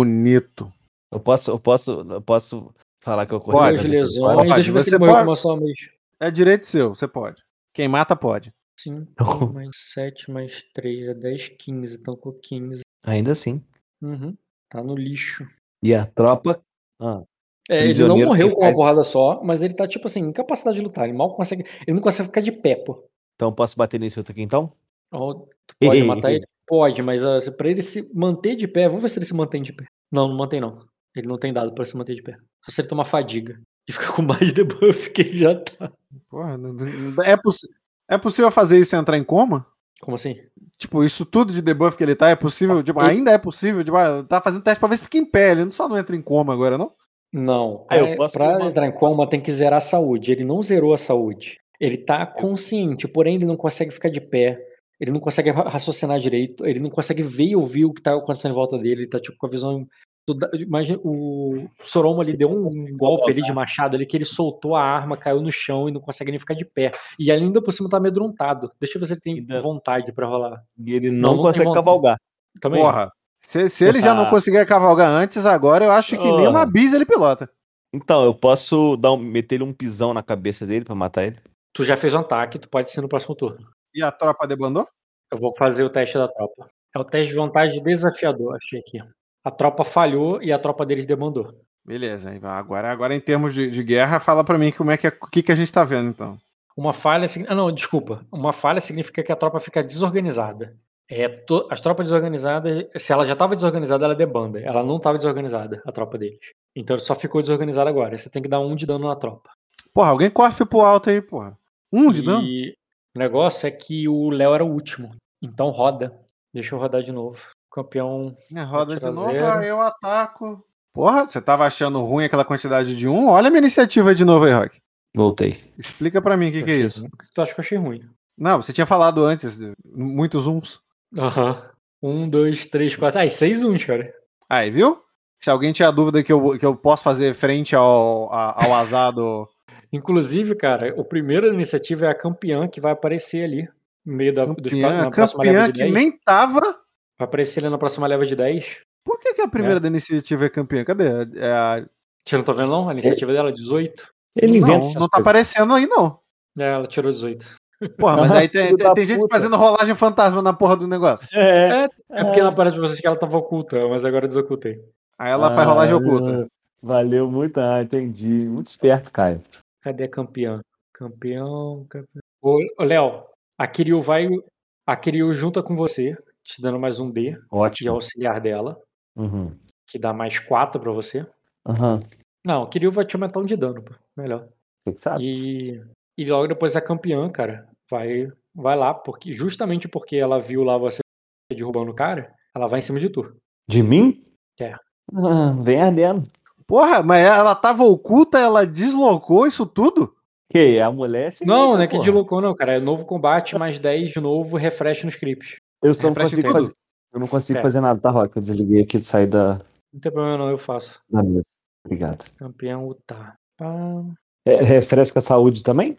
Speaker 3: Bonito.
Speaker 1: Eu posso, eu posso, eu posso falar que eu corri.
Speaker 3: Pode,
Speaker 2: Duas
Speaker 1: atrás desse
Speaker 2: lesões.
Speaker 1: cara?
Speaker 3: pode,
Speaker 2: Deixa eu ver se
Speaker 3: você
Speaker 2: ele morreu
Speaker 3: pode.
Speaker 2: com uma só, mas.
Speaker 3: É direito seu, você pode. Quem mata, pode.
Speaker 2: 5 mais 7 mais 3 é 10, 15. Então com 15.
Speaker 1: Ainda assim.
Speaker 2: Uhum. Tá no lixo.
Speaker 1: E a tropa. Ah,
Speaker 2: É, ele não
Speaker 1: Prisioneiro
Speaker 2: morreu
Speaker 1: que
Speaker 2: com uma
Speaker 1: faz-
Speaker 2: porrada só, mas ele tá, tipo assim, incapacidade de lutar. Ele mal consegue. Ele não consegue ficar de pé, pô.
Speaker 1: então eu posso bater nesse outro aqui então?
Speaker 2: Ó, tu pode matar ele? Pode, mas ah, se- pra ele se manter de pé, vamos ver se ele se mantém de pé. Não, não mantém, não. Ele não tem dado pra se manter de pé. Só se ele tomar fadiga. E fica com mais debuff que ele já tá.
Speaker 3: Porra, não- não- é, possi- é possível fazer isso e entrar em coma?
Speaker 2: Como assim?
Speaker 3: Tipo, isso tudo de debuff que ele tá, é possível? Tipo, ainda é possível? Tipo, ah, tá fazendo teste pra ver se fica em pé. Ele não só não entra em coma agora, não?
Speaker 2: Não.
Speaker 1: Ah, eu
Speaker 2: pra-
Speaker 1: posso
Speaker 2: pra
Speaker 1: tomar-
Speaker 2: entrar em coma tem que zerar a saúde. Ele não zerou a saúde. Ele tá consciente, porém ele não consegue ficar de pé. Ele não consegue ra- raciocinar direito. Ele não consegue ver e ouvir o que tá acontecendo em volta dele. Ele tá tipo com a visão. do da- Imagina, o Soromo ali deu um golpe ali de machado ali que ele soltou a arma, caiu no chão e não consegue nem ficar de pé. E ainda por cima tá amedrontado. Deixa eu ver se ele
Speaker 1: E
Speaker 2: tem
Speaker 1: da-
Speaker 2: vontade pra rolar.
Speaker 1: E ele
Speaker 2: não
Speaker 1: não,
Speaker 2: tem
Speaker 1: consegue
Speaker 2: vontade.
Speaker 1: cavalgar.
Speaker 2: Também.
Speaker 3: Porra. Se, se ele já não conseguia cavalgar antes, agora eu acho que nem uma
Speaker 1: Porra.
Speaker 3: bis ele pilota.
Speaker 1: Então, eu posso dar um, meter ele um pisão na cabeça dele pra matar ele?
Speaker 2: Tu já fez um ataque, tu pode ser no próximo turno.
Speaker 3: E a tropa debandou?
Speaker 2: Eu vou fazer o teste da tropa. É o teste de vantagem desafiador, achei aqui. A tropa falhou e a tropa deles demandou.
Speaker 3: Beleza, aí vai. agora, agora em termos de, de guerra, fala pra mim como é que, é- o que, que a gente tá vendo, então.
Speaker 2: Uma falha. signi- Ah, não, desculpa. Uma falha significa que a tropa fica desorganizada. É, to- As tropas desorganizadas, se ela já estava desorganizada, ela debanda. Ela não estava desorganizada, a tropa deles. Então só ficou desorganizada agora. Você tem que dar um de dano na tropa.
Speaker 3: Porra, alguém cospe pro alto aí, porra. Um de dano?
Speaker 2: E o negócio é que o Léo era o último. Então roda. Deixa eu rodar de novo. Campeão.
Speaker 3: Minha é roda de
Speaker 2: Tira
Speaker 3: novo,
Speaker 2: zero.
Speaker 3: aí eu ataco. Porra, você tava achando ruim aquela quantidade de um? Olha a minha iniciativa de novo aí, Rock.
Speaker 1: Voltei.
Speaker 3: Explica pra mim o que, que é
Speaker 2: Achei
Speaker 3: isso.
Speaker 2: ruim. Tu acha que eu achei ruim?
Speaker 3: Não, você tinha falado antes, muitos uns.
Speaker 2: Aham. Um, dois, três, quatro. Ah, e seis uns, cara.
Speaker 3: Aí, viu? Se alguém tinha dúvida que eu, que eu posso fazer frente ao, a- ao azar do.
Speaker 2: Inclusive, cara, o primeiro da iniciativa é a campeã que vai aparecer ali. No meio da, dos,
Speaker 3: Campeã,
Speaker 2: na próxima
Speaker 3: campeã
Speaker 2: leva de
Speaker 3: que
Speaker 2: 10.
Speaker 3: nem tava.
Speaker 2: Vai aparecer ali na próxima leva de 10.
Speaker 3: Por que, que a primeira da iniciativa é campeã? Cadê? É a-
Speaker 2: Você não tá vendo, não? A iniciativa dela é 18.
Speaker 1: Ele
Speaker 3: Não,
Speaker 1: inventa. essas
Speaker 3: não tá
Speaker 1: coisas.
Speaker 3: aparecendo aí, não.
Speaker 2: É, ela tirou 18.
Speaker 3: Porra, mas aí tem,
Speaker 1: Filho
Speaker 3: tem-
Speaker 1: da
Speaker 3: tem gente
Speaker 1: puta.
Speaker 3: fazendo rolagem fantasma na porra do negócio.
Speaker 1: É,
Speaker 2: É porque ela parece pra vocês que ela tava oculta, mas agora eu desocultei.
Speaker 3: Aí ela faz
Speaker 1: Ah.
Speaker 3: rolagem oculta.
Speaker 1: Valeu muito, ah, entendi. Muito esperto, Caio.
Speaker 2: Cadê a campeã? Campeão, campeão. Ô, ô, Léo, a Kiryu vai. A Kiryu junta com você, te dando mais um D de
Speaker 1: Ótimo.
Speaker 2: auxiliar dela,
Speaker 1: Uhum.
Speaker 2: que dá mais 4 pra você.
Speaker 1: Aham.
Speaker 2: Não, a Kiryu vai te aumentar um de dano, pô. Melhor.
Speaker 1: Você que sabe.
Speaker 2: E, e logo depois a campeã, cara, vai, vai lá, porque justamente porque ela viu lá você derrubando o cara, ela vai em cima de tu.
Speaker 1: De mim?
Speaker 2: É.
Speaker 1: Ah, vem ardendo.
Speaker 3: Porra, mas ela tava oculta, ela deslocou isso tudo?
Speaker 1: Que a mulher. é sinistra,
Speaker 2: Não, não é que
Speaker 1: porra.
Speaker 2: deslocou, não, cara. É novo combate, mais 10 de novo, refresh nos scripts.
Speaker 1: Eu só não
Speaker 3: Refresh
Speaker 1: consigo
Speaker 3: tudo.
Speaker 1: fazer. Eu não consigo
Speaker 2: É.
Speaker 1: fazer nada, tá, Rock? Eu desliguei aqui de sair da,
Speaker 2: Não tem problema, não, eu faço.
Speaker 1: da mesa. Obrigado.
Speaker 2: Campeão Utah. Pá.
Speaker 1: É, refresca a saúde também?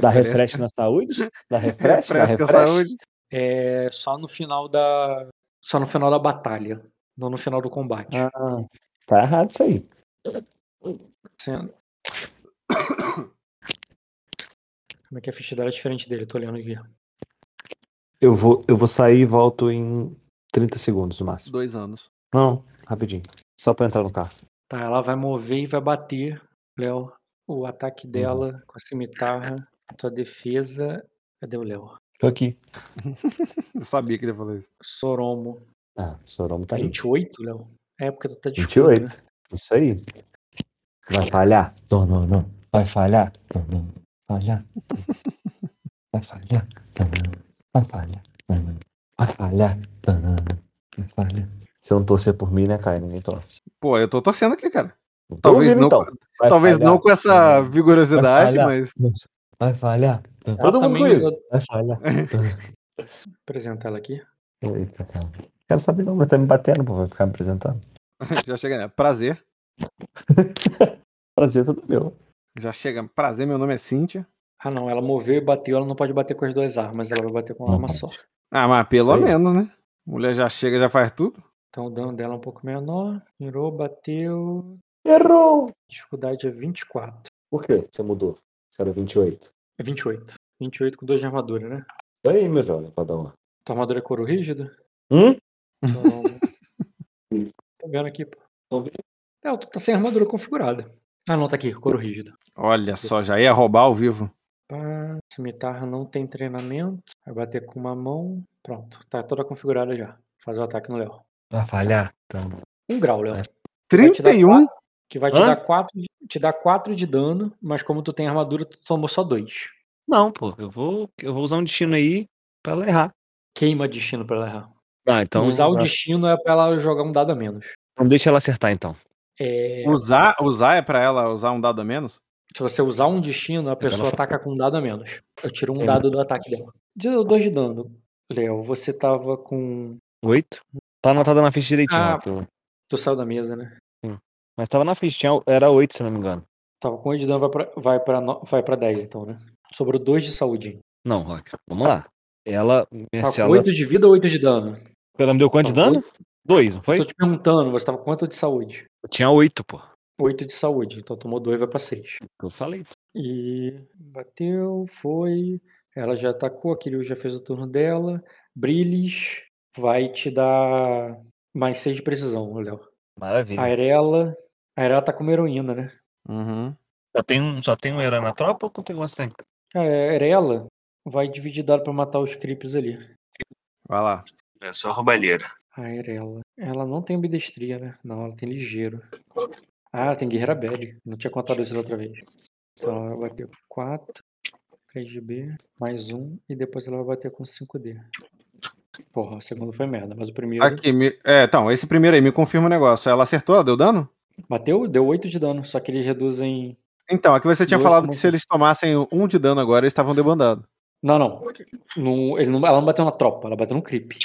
Speaker 1: Dá
Speaker 3: Refresca-
Speaker 1: refresh na saúde? Dá refresh? Dá
Speaker 3: refresca a
Speaker 1: refresh?
Speaker 3: saúde.
Speaker 2: É só no final da. Só no final da batalha. Não no final do combate.
Speaker 1: Ah, tá errado isso aí.
Speaker 2: Sendo- Como é que a ficha dela é diferente dele? Eu tô olhando aqui.
Speaker 1: Eu vou, eu vou sair e volto em 30 segundos no máximo.
Speaker 3: Dois anos.
Speaker 1: Não, rapidinho. Só pra entrar no carro.
Speaker 2: Tá, ela vai mover e vai bater, Léo. O ataque
Speaker 1: Uhum.
Speaker 2: dela com a cimitarra, tua defesa. Cadê o Léo?
Speaker 1: Tô aqui.
Speaker 3: Eu sabia que ele ia falar isso.
Speaker 2: Soromo. É
Speaker 1: Ah, o Soromo tá aí.
Speaker 2: 28, Léo? É porque tu tá de escudo,
Speaker 1: 28.
Speaker 2: né?
Speaker 1: Isso aí. Vai falhar? Não, não, não. Vai falhar? Não, não. Falhar? Vai falhar? Não, não. Vai falhar? Não, não. Vai falhar? Não, não, não. Vai falhar? Se eu não torcer por mim, né, Caio? Ninguém torce.
Speaker 3: Pô, eu tô torcendo aqui, cara.
Speaker 1: Tô
Speaker 3: Talvez
Speaker 1: ouvindo,
Speaker 3: não,
Speaker 1: então. Vai
Speaker 3: talvez
Speaker 1: falhar?
Speaker 3: não com essa
Speaker 1: Vai
Speaker 3: vigorosidade,
Speaker 1: falhar.
Speaker 3: mas.
Speaker 1: Vai falhar? Não,
Speaker 2: Ela tá
Speaker 1: Todo mundo
Speaker 2: também
Speaker 1: comigo.
Speaker 2: usa- Vou
Speaker 1: Vai falhar?
Speaker 2: apresentar ela aqui.
Speaker 1: Não. Eita, cara. Quero saber não, mas tá me batendo, pô. Vai ficar me apresentando.
Speaker 3: Já chega, né? Prazer.
Speaker 1: Prazer todo meu.
Speaker 3: Já chega. Prazer, meu nome é Cíntia.
Speaker 2: Ah, não, ela moveu e bateu. Ela não pode bater com as duas armas, ela vai bater com uma
Speaker 1: Não
Speaker 2: arma
Speaker 1: pode.
Speaker 2: só.
Speaker 3: Ah, mas pelo
Speaker 1: Isso aí.
Speaker 3: menos, né? Mulher já chega, já faz tudo.
Speaker 2: Então o dano dela é um pouco menor. Mirou, bateu.
Speaker 1: Errou!
Speaker 2: Dificuldade é 24.
Speaker 1: Por quê? Você mudou. Você era 28.
Speaker 2: É 28. 28 com 2 de armadura, né?
Speaker 1: Isso aí, meu jovem, pra dar uma.
Speaker 2: Tua armadura é couro rígido?
Speaker 1: Hum?
Speaker 2: Então, tá vendo aqui, pô.
Speaker 1: Tô vendo.
Speaker 2: Não, tu tá sem armadura configurada. Ah, não, tá aqui, couro rígido.
Speaker 3: Olha só, já ia roubar ao vivo.
Speaker 2: Pá, cimitarra não tem treinamento. Vai bater com uma mão. Pronto, tá toda configurada já. Fazer o ataque no Léo.
Speaker 1: Vai falhar? Tá
Speaker 2: Um grau, Léo. Vai te dar
Speaker 3: 31?
Speaker 2: quatro- Que vai te
Speaker 1: É. Hã?
Speaker 2: dar 4 te dá quatro de dano, mas como tu tem armadura, tu tomou só dois.
Speaker 1: Não, pô. Eu vou, eu vou usar um destino aí pra ela errar.
Speaker 2: Queima destino pra ela errar.
Speaker 1: Ah, então.
Speaker 2: Usar o destino é pra ela jogar um dado a menos.
Speaker 1: Não deixa ela acertar, então.
Speaker 2: É,
Speaker 3: Usar, usar é pra ela usar um dado a menos?
Speaker 2: Se você usar um destino, a pessoa
Speaker 1: ela fa-
Speaker 2: ataca com um dado a menos. Eu tiro um
Speaker 1: Entendi.
Speaker 2: dado do ataque dela. Deu dois de dano. Léo, você tava com.
Speaker 1: Oito? Tá anotada na ficha direitinho,
Speaker 2: Ah.
Speaker 1: ó, que eu-
Speaker 2: Tu saiu da mesa, né?
Speaker 1: Mas tava na ficha, tinha- era oito, se eu não me engano.
Speaker 2: Tava com 8 de dano, vai pra, vai, pra, no- vai pra 10, então, né? Sobrou 2 de saúde.
Speaker 1: Não, Rock. Vamos lá. Ela.
Speaker 2: Tava
Speaker 1: se
Speaker 2: com
Speaker 1: ela...
Speaker 2: 8 de vida ou 8 de dano?
Speaker 1: ela me deu quanto de
Speaker 2: Não,
Speaker 1: dano? Dois, não foi?
Speaker 2: Tô te perguntando, você tava com quanto de saúde?
Speaker 1: Eu tinha oito, pô.
Speaker 2: 8 de saúde, então tomou 2 vai pra 6.
Speaker 1: Eu falei.
Speaker 2: E bateu, foi. Ela já atacou, a Kiryu já fez o turno dela. Brilhes vai te dar mais 6 de precisão, Léo.
Speaker 1: Maravilha.
Speaker 2: A Arela. A Arela tá como heroína, né?
Speaker 3: Uhum.
Speaker 1: Só tem um, só tem um herói na tropa ou tem negócio tem?
Speaker 2: Cara, a Arela vai dividir dado pra matar os creeps ali.
Speaker 3: Vai lá.
Speaker 1: É só roubalheira.
Speaker 2: A Arela. Ela não tem ambidestria, né? Não, ela tem ligeiro. Ah, ela tem guerreira bad. Não tinha contado isso da outra vez. Então ela vai bater com 4, 3 de B, mais um e depois ela vai bater com 5D. Porra, o segundo foi merda, mas o primeiro.
Speaker 3: Aqui, me- é, então, esse primeiro aí me confirma o negócio. Ela acertou? Ela deu dano?
Speaker 2: Bateu, deu 8 de dano, só que eles reduzem.
Speaker 3: Então, aqui você tinha
Speaker 2: Duas
Speaker 3: falado
Speaker 2: com
Speaker 3: que se eles tomassem um de dano agora, eles estavam debandados.
Speaker 2: Não, não. No- ele não- Ela não bateu na tropa, ela bateu no creep.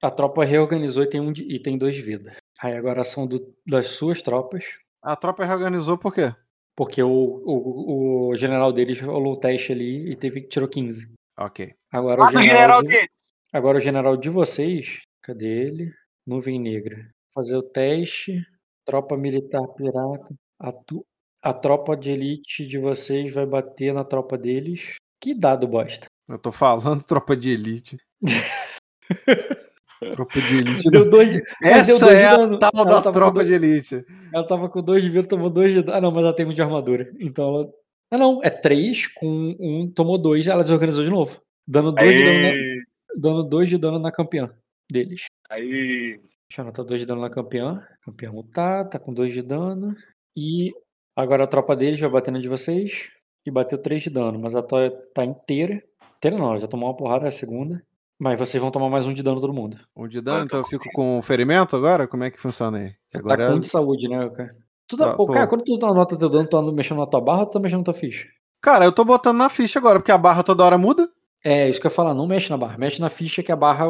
Speaker 2: A tropa reorganizou e tem, um de- e tem dois de vida. Aí agora são do- das suas tropas,
Speaker 3: A tropa reorganizou por quê?
Speaker 2: porque o, o- o general deles rolou o teste ali e teve, tirou 15.
Speaker 3: Ok.
Speaker 2: Agora o
Speaker 4: Mata o
Speaker 2: general,
Speaker 4: general
Speaker 2: de,
Speaker 4: dele.
Speaker 2: agora o general de vocês. Cadê ele? Nuvem negra. Fazer o teste. Tropa militar pirata. A, tu- a tropa de elite de vocês vai bater na tropa deles. Que dado bosta.
Speaker 3: Eu tô falando tropa de elite. tropa de elite.
Speaker 2: Deu dois, mas deu
Speaker 3: Essa
Speaker 2: dois
Speaker 3: é a
Speaker 2: dano.
Speaker 3: tal
Speaker 2: Ela
Speaker 3: da
Speaker 2: tava com
Speaker 3: tropa
Speaker 2: dois-
Speaker 3: de elite.
Speaker 2: Ela tava com 2 de vida, tomou 2 de dano. Ah, não, mas ela tem um de armadura. Então ela. Ah, não. É 3 com 1, um, tomou 2, ela desorganizou de novo. Dando 2 de, um, dano na-
Speaker 4: Aí,
Speaker 2: dando dois de dano na campeã deles.
Speaker 4: aí.
Speaker 2: Deixa eu anotar 2 de dano na campeã. Campeã mutar, tá com 2 de dano. E agora a tropa deles vai batendo de vocês. E bateu 3 de dano, mas a Toya tá inteira. Inteira não, ela já tomou uma porrada na segunda. Mas vocês vão tomar mais um de dano todo mundo.
Speaker 3: Um de dano,
Speaker 4: eu
Speaker 3: então eu fico
Speaker 4: consigo.
Speaker 3: com ferimento agora? Como é que funciona aí?
Speaker 2: Tá
Speaker 3: Que Agora
Speaker 2: com um de saúde, né, cara? Tu tá,
Speaker 3: Tá,
Speaker 2: ô, cara,
Speaker 3: tô.
Speaker 2: quando tu anota teu dano, tu tá mexendo na tua barra ou tu tá mexendo na tua ficha?
Speaker 3: Cara, eu tô botando na ficha agora, porque a barra toda hora muda.
Speaker 2: É, isso que eu ia falar, não mexe na barra. Mexe na ficha que a barra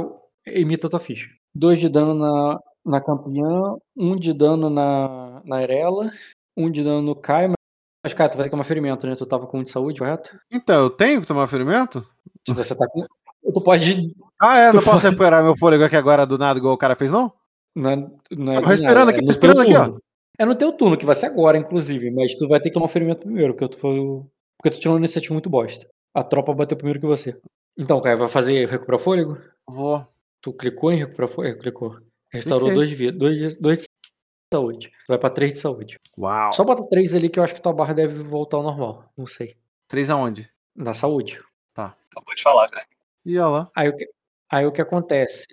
Speaker 2: imita a tua ficha. Dois de dano na, na campeã, um de dano na, na Erela, um de dano no Kai, mas, mas cara, tu vai ter que tomar ferimento, né? Tu tava com um de saúde, correto?
Speaker 3: Então, eu tenho que tomar ferimento?
Speaker 2: Se você tá com. ou Tu pode.
Speaker 3: Ah, é,
Speaker 2: Tu
Speaker 3: não posso
Speaker 2: foi-
Speaker 3: recuperar meu fôlego aqui agora do nada, igual o cara fez, não?
Speaker 2: Na, na,
Speaker 3: Tô respirando aqui,
Speaker 2: né, no
Speaker 3: tô respirando
Speaker 2: teu
Speaker 3: aqui, ó.
Speaker 2: turno. É no teu turno, que vai ser agora, inclusive, mas tu vai ter que tomar ferimento primeiro, porque tu foi. o- Porque tu tirou uma iniciativa muito bosta. A tropa bateu primeiro que você. Então, Caio, vai fazer recuperar fôlego?
Speaker 3: Vou.
Speaker 2: Tu clicou em recuperar fôlego? é, Clicou. Restaurou
Speaker 3: Cliquei.
Speaker 2: 2 de vida, 2 de saúde. Tu vai pra 3 de saúde.
Speaker 3: Uau.
Speaker 2: Só bota 3 ali que eu acho que tua barra deve voltar ao normal. Não sei.
Speaker 3: Três aonde?
Speaker 2: Na saúde.
Speaker 4: Eu vou te falar, cara.
Speaker 3: E olha lá.
Speaker 2: Aí o que, aí o que acontece?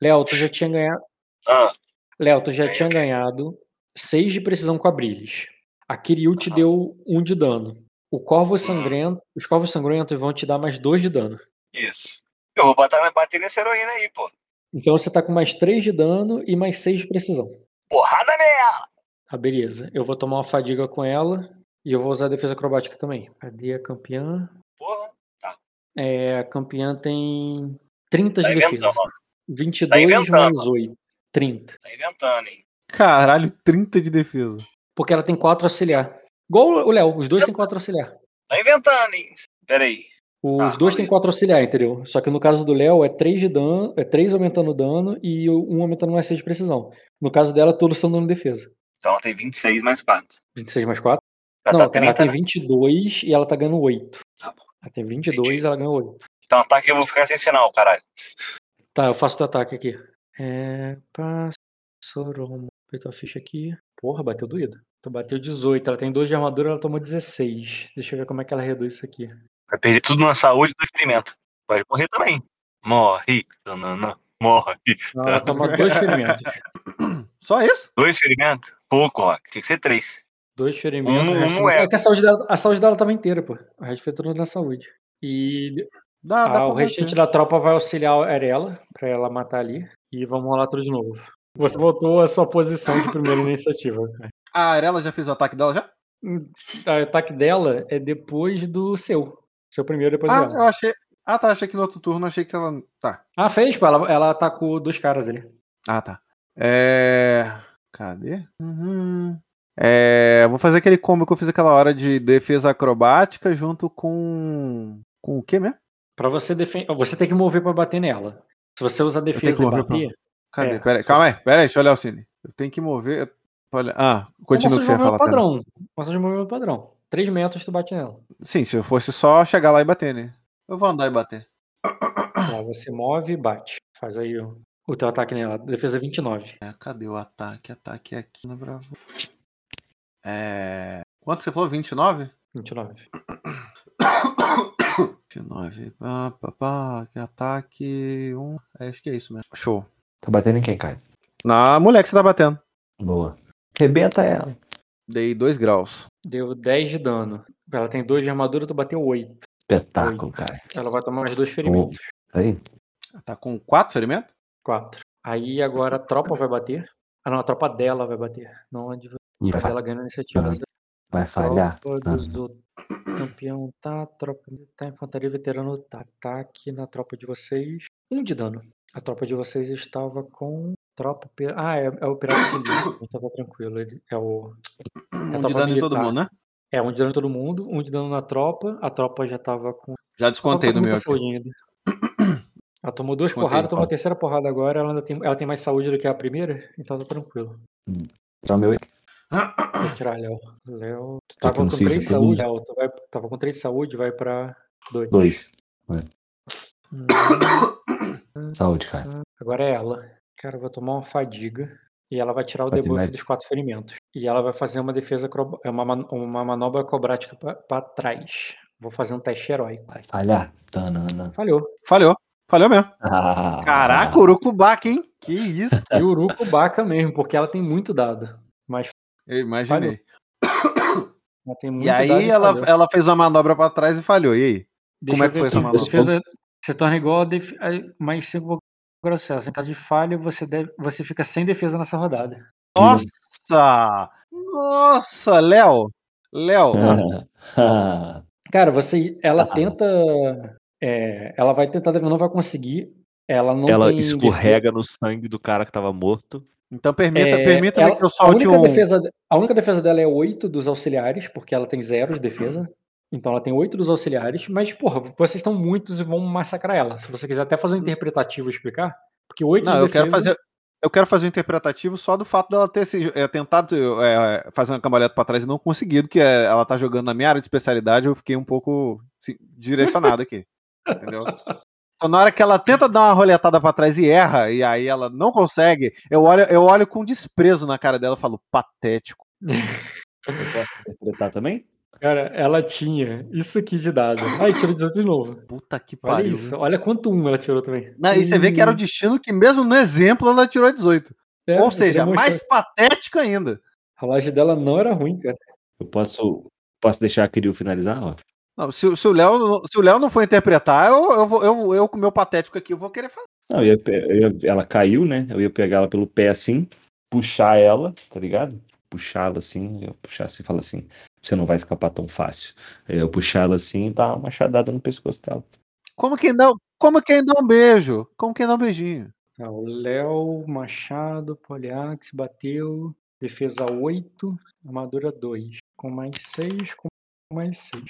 Speaker 2: Léo, tu já tinha ganhado.
Speaker 4: Ah,
Speaker 2: Léo, tu já
Speaker 4: Ganhei
Speaker 2: tinha
Speaker 4: o quê?
Speaker 2: ganhado 6 de precisão com a Brilis. A Kiryu te
Speaker 4: Aham.
Speaker 2: deu 1 de dano. O Corvo
Speaker 4: Hum.
Speaker 2: Sangrento, os Corvos Sangrentos vão te dar mais 2 de dano.
Speaker 4: isso. Eu vou bater, na- bater nessa heroína aí, pô.
Speaker 2: Então você tá com mais 3 de dano e mais 6 de precisão.
Speaker 4: Porrada nela!
Speaker 2: Ah, beleza. Eu vou tomar uma fadiga com ela e eu vou usar a defesa acrobática também. Cadê a campeã?
Speaker 4: Porra.
Speaker 2: É, a campeã tem 30
Speaker 4: Tá
Speaker 2: de defesa.
Speaker 4: inventando, ó.
Speaker 2: 22
Speaker 4: inventando.
Speaker 2: mais 8. 30.
Speaker 4: Tá inventando, hein?
Speaker 3: Caralho, 30 de defesa.
Speaker 2: Porque ela tem 4 auxiliar. Igual o Léo, os dois têm 4 auxiliar.
Speaker 4: Tá inventando, hein? Peraí.
Speaker 2: Os
Speaker 4: Ah,
Speaker 2: dois têm
Speaker 4: beleza.
Speaker 2: 4 auxiliar, entendeu? Só que no caso do Léo é 3 de dano, é 3 aumentando o dano e 1 aumentando mais 6 de precisão. No caso dela, todos estão dando defesa.
Speaker 4: Então ela tem 26 mais 4.
Speaker 2: 26 mais 4?
Speaker 4: Ela
Speaker 2: Não,
Speaker 4: tá 30,
Speaker 2: ela tem
Speaker 4: né?
Speaker 2: 22 e ela tá ganhando 8.
Speaker 4: Tá bom.
Speaker 2: Ela tem 22 e ela ganha 8.
Speaker 4: Então tá que eu vou ficar sem sinal, caralho.
Speaker 2: Tá, eu faço o ataque aqui. É. Passoromo. Feito a ficha aqui. Porra, bateu doído. Tu bateu 18. Ela tem 2 de armadura, ela tomou 16. Deixa eu ver como é que ela reduz isso aqui.
Speaker 4: Vai perder tudo na saúde do ferimento. Pode morrer também. Morre. Tanana. Morre.
Speaker 2: Não, ela toma 2 ferimentos.
Speaker 3: Só isso?
Speaker 4: Dois ferimentos? Pouco, ó. Tinha que ser três.
Speaker 2: 2 ferimentos.
Speaker 4: Um-
Speaker 2: o resto
Speaker 4: um
Speaker 2: não-
Speaker 4: é.
Speaker 2: é que a saúde, dela, a saúde dela tava inteira, pô. O resto foi tudo na saúde. E
Speaker 3: Dá, dá
Speaker 2: ah, o
Speaker 3: pra
Speaker 2: restante
Speaker 3: bater.
Speaker 2: da tropa vai auxiliar a Erela pra ela matar ali. E vamos rolar tudo de novo. Você voltou à sua posição de primeira iniciativa, cara.
Speaker 3: A Arela Ah, já fez o ataque dela já?
Speaker 2: O ataque dela é depois do seu. Seu primeiro depois
Speaker 3: Ah,
Speaker 2: dela.
Speaker 3: eu achei. Ah, tá. Achei que no outro turno achei que ela. Tá.
Speaker 2: Ah, fez, pô. Ela, ela atacou dois caras ali.
Speaker 3: Ah, tá. É. Cadê? Uhum. É. Vou fazer aquele combo que eu fiz aquela hora de defesa acrobática junto com. Com o quê mesmo?
Speaker 2: Pra você defender. Você tem que mover pra bater nela. Se você usar
Speaker 3: que
Speaker 2: defesa e
Speaker 3: mover pra-
Speaker 2: bater.
Speaker 3: Cadê?
Speaker 2: É,
Speaker 3: Pera aí,
Speaker 2: se
Speaker 3: calma aí, pera aí, deixa eu olhar o cine. Eu tenho que mover. olha- Ah, continua
Speaker 2: você
Speaker 3: o que você ia
Speaker 2: já moveu
Speaker 3: falar.
Speaker 2: o
Speaker 3: pera.
Speaker 2: padrão. Você já moveu o padrão. Três metros tu bate nela.
Speaker 3: Sim, se eu fosse só chegar lá e bater, né? Eu vou andar e bater.
Speaker 2: Lá você move e bate. Faz aí o, o teu ataque nela. Defesa é 29.
Speaker 3: É, cadê o ataque? Ataque é aqui na Bravo. É. Quanto você falou? 29?
Speaker 2: 29.
Speaker 3: 29. Pá, pá, pá, que ataque. Um. É, acho que é isso mesmo. Show.
Speaker 1: Tá batendo em quem, Caio?
Speaker 3: Na mulher que você tá batendo.
Speaker 1: Boa. Rebenta ela.
Speaker 3: Dei 2 graus.
Speaker 2: Deu 10 de dano. Ela tem dois de armadura, tu bateu 8.
Speaker 1: Espetáculo, Caio.
Speaker 2: Ela vai tomar mais dois
Speaker 1: Boa.
Speaker 2: ferimentos.
Speaker 1: Aí.
Speaker 3: Tá com quatro ferimentos?
Speaker 2: Quatro. Aí agora a tropa vai bater. Ah, não, a tropa dela vai bater. Não a de vocês.
Speaker 1: Ih,
Speaker 2: A
Speaker 1: vai,
Speaker 2: dela ganhou a
Speaker 3: Uhum.
Speaker 2: iniciativa.
Speaker 1: vai falhar.
Speaker 2: Tropa dos do campeão tá, tropa tá, infantaria veterano tá. Ataque na tropa de vocês. Um de dano. A tropa de vocês estava com tropa. pi- Ah, é, é o pirata do livro. Então tá tranquilo. Ele é o.
Speaker 3: Um
Speaker 2: tropa
Speaker 3: de dano em todo
Speaker 2: militar.
Speaker 3: mundo, né?
Speaker 2: É, um de dano em todo mundo, um de dano na tropa. A tropa já tava com.
Speaker 3: Já descontei
Speaker 2: ela tá
Speaker 3: do
Speaker 2: com
Speaker 3: meu
Speaker 2: muita
Speaker 3: aqui.
Speaker 2: saúde ainda. Ela tomou duas
Speaker 3: Descontei,
Speaker 2: porradas, tomou a
Speaker 1: ó.
Speaker 2: terceira porrada agora. Ela, ainda tem, ela tem mais saúde do que a primeira, então tá tranquilo.
Speaker 1: Tirar o meu
Speaker 2: Vou tirar Léo. Léo. Tu
Speaker 1: Tá
Speaker 2: tava com
Speaker 1: com cinco,
Speaker 2: 3 de
Speaker 1: todo mundo.
Speaker 2: saúde, Léo. Tu vai, tava com 3 de saúde, vai pra 2.
Speaker 1: dois. Saúde, cara.
Speaker 2: Agora é ela. Cara, eu vou tomar uma fadiga. E ela vai tirar o
Speaker 1: Vai ter
Speaker 2: debuff
Speaker 1: mais-
Speaker 2: dos quatro ferimentos. E ela vai fazer uma defesa, acroba- uma, man- uma manobra acrobática pra, pra trás. Vou fazer um teste heróico.
Speaker 1: Vai falhar. Tanana.
Speaker 2: Falhou.
Speaker 3: Falhou. Falhou mesmo.
Speaker 1: Ah.
Speaker 3: Caraca, Urucubaca, hein? Que isso?
Speaker 1: É.
Speaker 2: E o Uruco baca mesmo, porque ela tem muito dado. Mas
Speaker 3: Eu imaginei.
Speaker 2: ela tem muito
Speaker 3: E
Speaker 2: dado
Speaker 3: aí ela,
Speaker 2: falhou.
Speaker 3: ela fez uma manobra pra trás e falhou. E aí?
Speaker 2: Deixa
Speaker 3: como é
Speaker 2: eu
Speaker 3: que
Speaker 2: ver
Speaker 3: foi
Speaker 2: aqui.
Speaker 3: essa manobra?
Speaker 2: Defesa se torna igual a def... a mais 5 por processo. Em caso de falha, você, deve... você fica sem defesa nessa rodada.
Speaker 3: Nossa! Nossa, Léo! Léo,
Speaker 2: É. Cara, você, ela
Speaker 1: Ah.
Speaker 2: tenta. é, ela vai tentar, mas não vai conseguir. Ela não
Speaker 5: Ela
Speaker 2: tem
Speaker 5: escorrega no sangue do cara que tava morto.
Speaker 3: então permita,
Speaker 2: É,
Speaker 3: permita
Speaker 2: ela-
Speaker 3: que eu
Speaker 2: A
Speaker 3: solte
Speaker 2: única,
Speaker 3: um.
Speaker 2: defesa, a única defesa dela é 8 dos auxiliares, porque ela tem zero de defesa. Então ela tem 8 dos auxiliares, mas, porra, vocês estão muitos e vão massacrar ela. Se você quiser até fazer um interpretativo e explicar, porque 8
Speaker 3: Hum. Não,
Speaker 2: de
Speaker 3: eu
Speaker 2: defesa...
Speaker 3: quero fazer. Eu quero fazer um interpretativo só do fato dela ter se, é, tentado é, fazer uma cambalhota pra trás e não conseguido, que é, ela tá jogando na minha área de especialidade, eu fiquei um pouco assim, direcionado aqui. Entendeu? Então, na hora que ela tenta dar uma roletada pra trás e erra, e aí ela não consegue, eu olho, eu olho com desprezo na cara dela e falo, patético.
Speaker 5: Eu posso interpretar também?
Speaker 2: Cara, ela tinha isso aqui de dado. Aí tirou 18 de novo.
Speaker 3: Puta que
Speaker 2: Olha
Speaker 3: pariu.
Speaker 2: isso. Olha quanto um ela tirou também. Hum,
Speaker 3: Não, e você vê que era o destino que, mesmo no exemplo, ela tirou 18.
Speaker 2: É,
Speaker 3: Ou seja,
Speaker 2: demonstrou.
Speaker 3: mais patético ainda.
Speaker 2: A laje dela não era ruim, cara.
Speaker 5: Eu posso, posso deixar a Kiryu finalizar? Ó.
Speaker 3: Não, se, o- se o Léo não- se o Léo não for interpretar, eu, eu, vou- eu, eu com o meu patético aqui, eu vou querer fazer.
Speaker 5: Não, eu ia pe- eu ia- ela caiu, né? Eu ia pegar ela pelo pé assim, puxar ela, tá ligado? Puxá-la assim, eu puxar assim e falar assim: você não vai escapar tão fácil. Aí Eu puxar ela assim e dar uma machadada no pescoço dela.
Speaker 3: Como quem dá, como quem dá um beijo? Como quem dá um beijinho?
Speaker 2: Ah, o Léo, Machado, Poliax, bateu. Defesa 8, armadura 2. Com mais 6, com mais 6.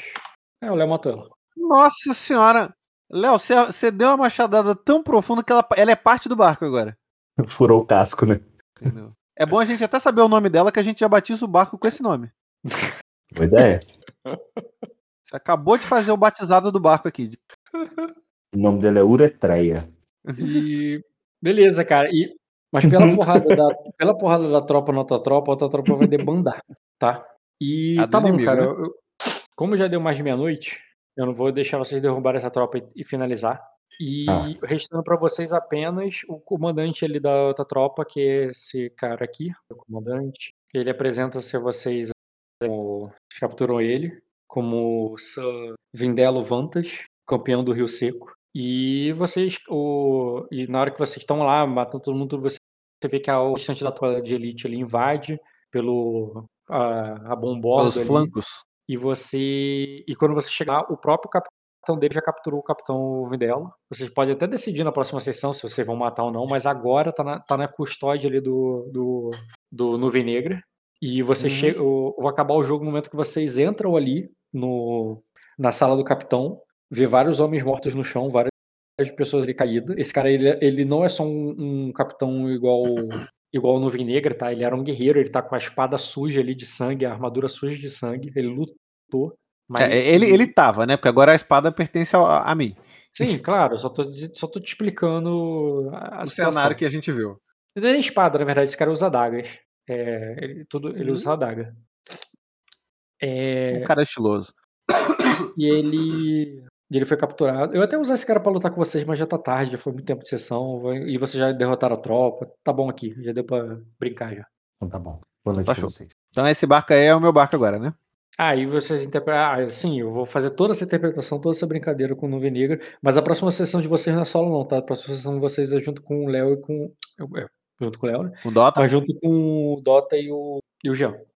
Speaker 2: É, o Léo matou ela.
Speaker 3: Nossa senhora! Léo, você, você deu uma machadada tão profunda que ela, ela é parte do barco agora.
Speaker 5: Furou o casco, né?
Speaker 3: Entendeu? É bom a gente até saber o nome dela, que a gente já batiza o barco com esse nome.
Speaker 5: Boa ideia.
Speaker 3: Você acabou de fazer o batizado do barco aqui.
Speaker 5: O nome dela é Uretreia.
Speaker 2: E beleza, cara. E, mas
Speaker 3: Uhum.
Speaker 2: pela porrada, da, pela porrada da tropa na outra tropa, a outra tropa vai debandar, tá? E
Speaker 3: A do
Speaker 2: tá bom,
Speaker 3: inimigo,
Speaker 2: cara.
Speaker 3: né?
Speaker 2: eu- eu- como já deu mais de meia-noite, eu não vou deixar vocês derrubar essa tropa e, e finalizar. E
Speaker 3: Tá.
Speaker 5: Ah.
Speaker 2: restando pra vocês apenas o comandante ali da outra tropa, que é esse cara aqui, o comandante. Ele apresenta-se a vocês, como, vocês capturam ele, como Sir Vindelo Vantas, campeão do Rio Seco. E vocês, o, e na hora que vocês estão lá, matando todo mundo, você, você vê que a, o restante da tropa de elite ele invade pelo a, a bombola
Speaker 3: Os flancos.
Speaker 2: e você e quando você chegar, o próprio capitão dele já capturou o capitão Vindelo. Vocês podem até decidir na próxima sessão se vocês vão matar ou não, mas agora tá na, tá na custódia ali do do, do Nuvem Negra. E você
Speaker 3: Uhum.
Speaker 2: chega, o- vai acabar o jogo no momento que vocês entram ali no na sala do capitão, vê vários homens mortos no chão, várias pessoas ali caídas. Esse cara ele, ele não é só um, um capitão igual igual Nuvem Negra, tá? Ele era um guerreiro, ele tá com a espada suja ali de sangue, a armadura suja de sangue, ele lutou. mas
Speaker 3: É, ele, ele tava, né? Porque agora a espada pertence a, a mim.
Speaker 2: Sim, claro, eu só tô, diz- só tô te explicando a, a
Speaker 3: O
Speaker 2: situação.
Speaker 3: cenário que a gente viu.
Speaker 2: Ele tem espada, na verdade, esse cara usa adagas. É, ele, tudo,
Speaker 3: Uhum.
Speaker 2: ele usa adaga. É,
Speaker 3: Um cara estiloso.
Speaker 2: e ele. e ele foi capturado. Eu até usar esse cara pra lutar com vocês, mas já tá tarde, já foi muito tempo de sessão. vai- E vocês já derrotaram a tropa. Tá bom aqui, já deu pra brincar já.
Speaker 1: Então tá bom. Boa noite
Speaker 3: Tá
Speaker 1: pra
Speaker 3: show.
Speaker 1: vocês.
Speaker 3: Então esse barco aí é o meu barco agora, né?
Speaker 2: Aí Ah, vocês interpretam. Ah, sim, eu vou fazer toda essa interpretação, toda essa brincadeira com nuvem negra. Mas a próxima sessão de vocês não é solo, não, tá? A próxima sessão de vocês é junto com o Léo e com. é, junto com o Léo, né?
Speaker 3: O Dota.
Speaker 2: Mas junto com o Dota e o, e o Jean.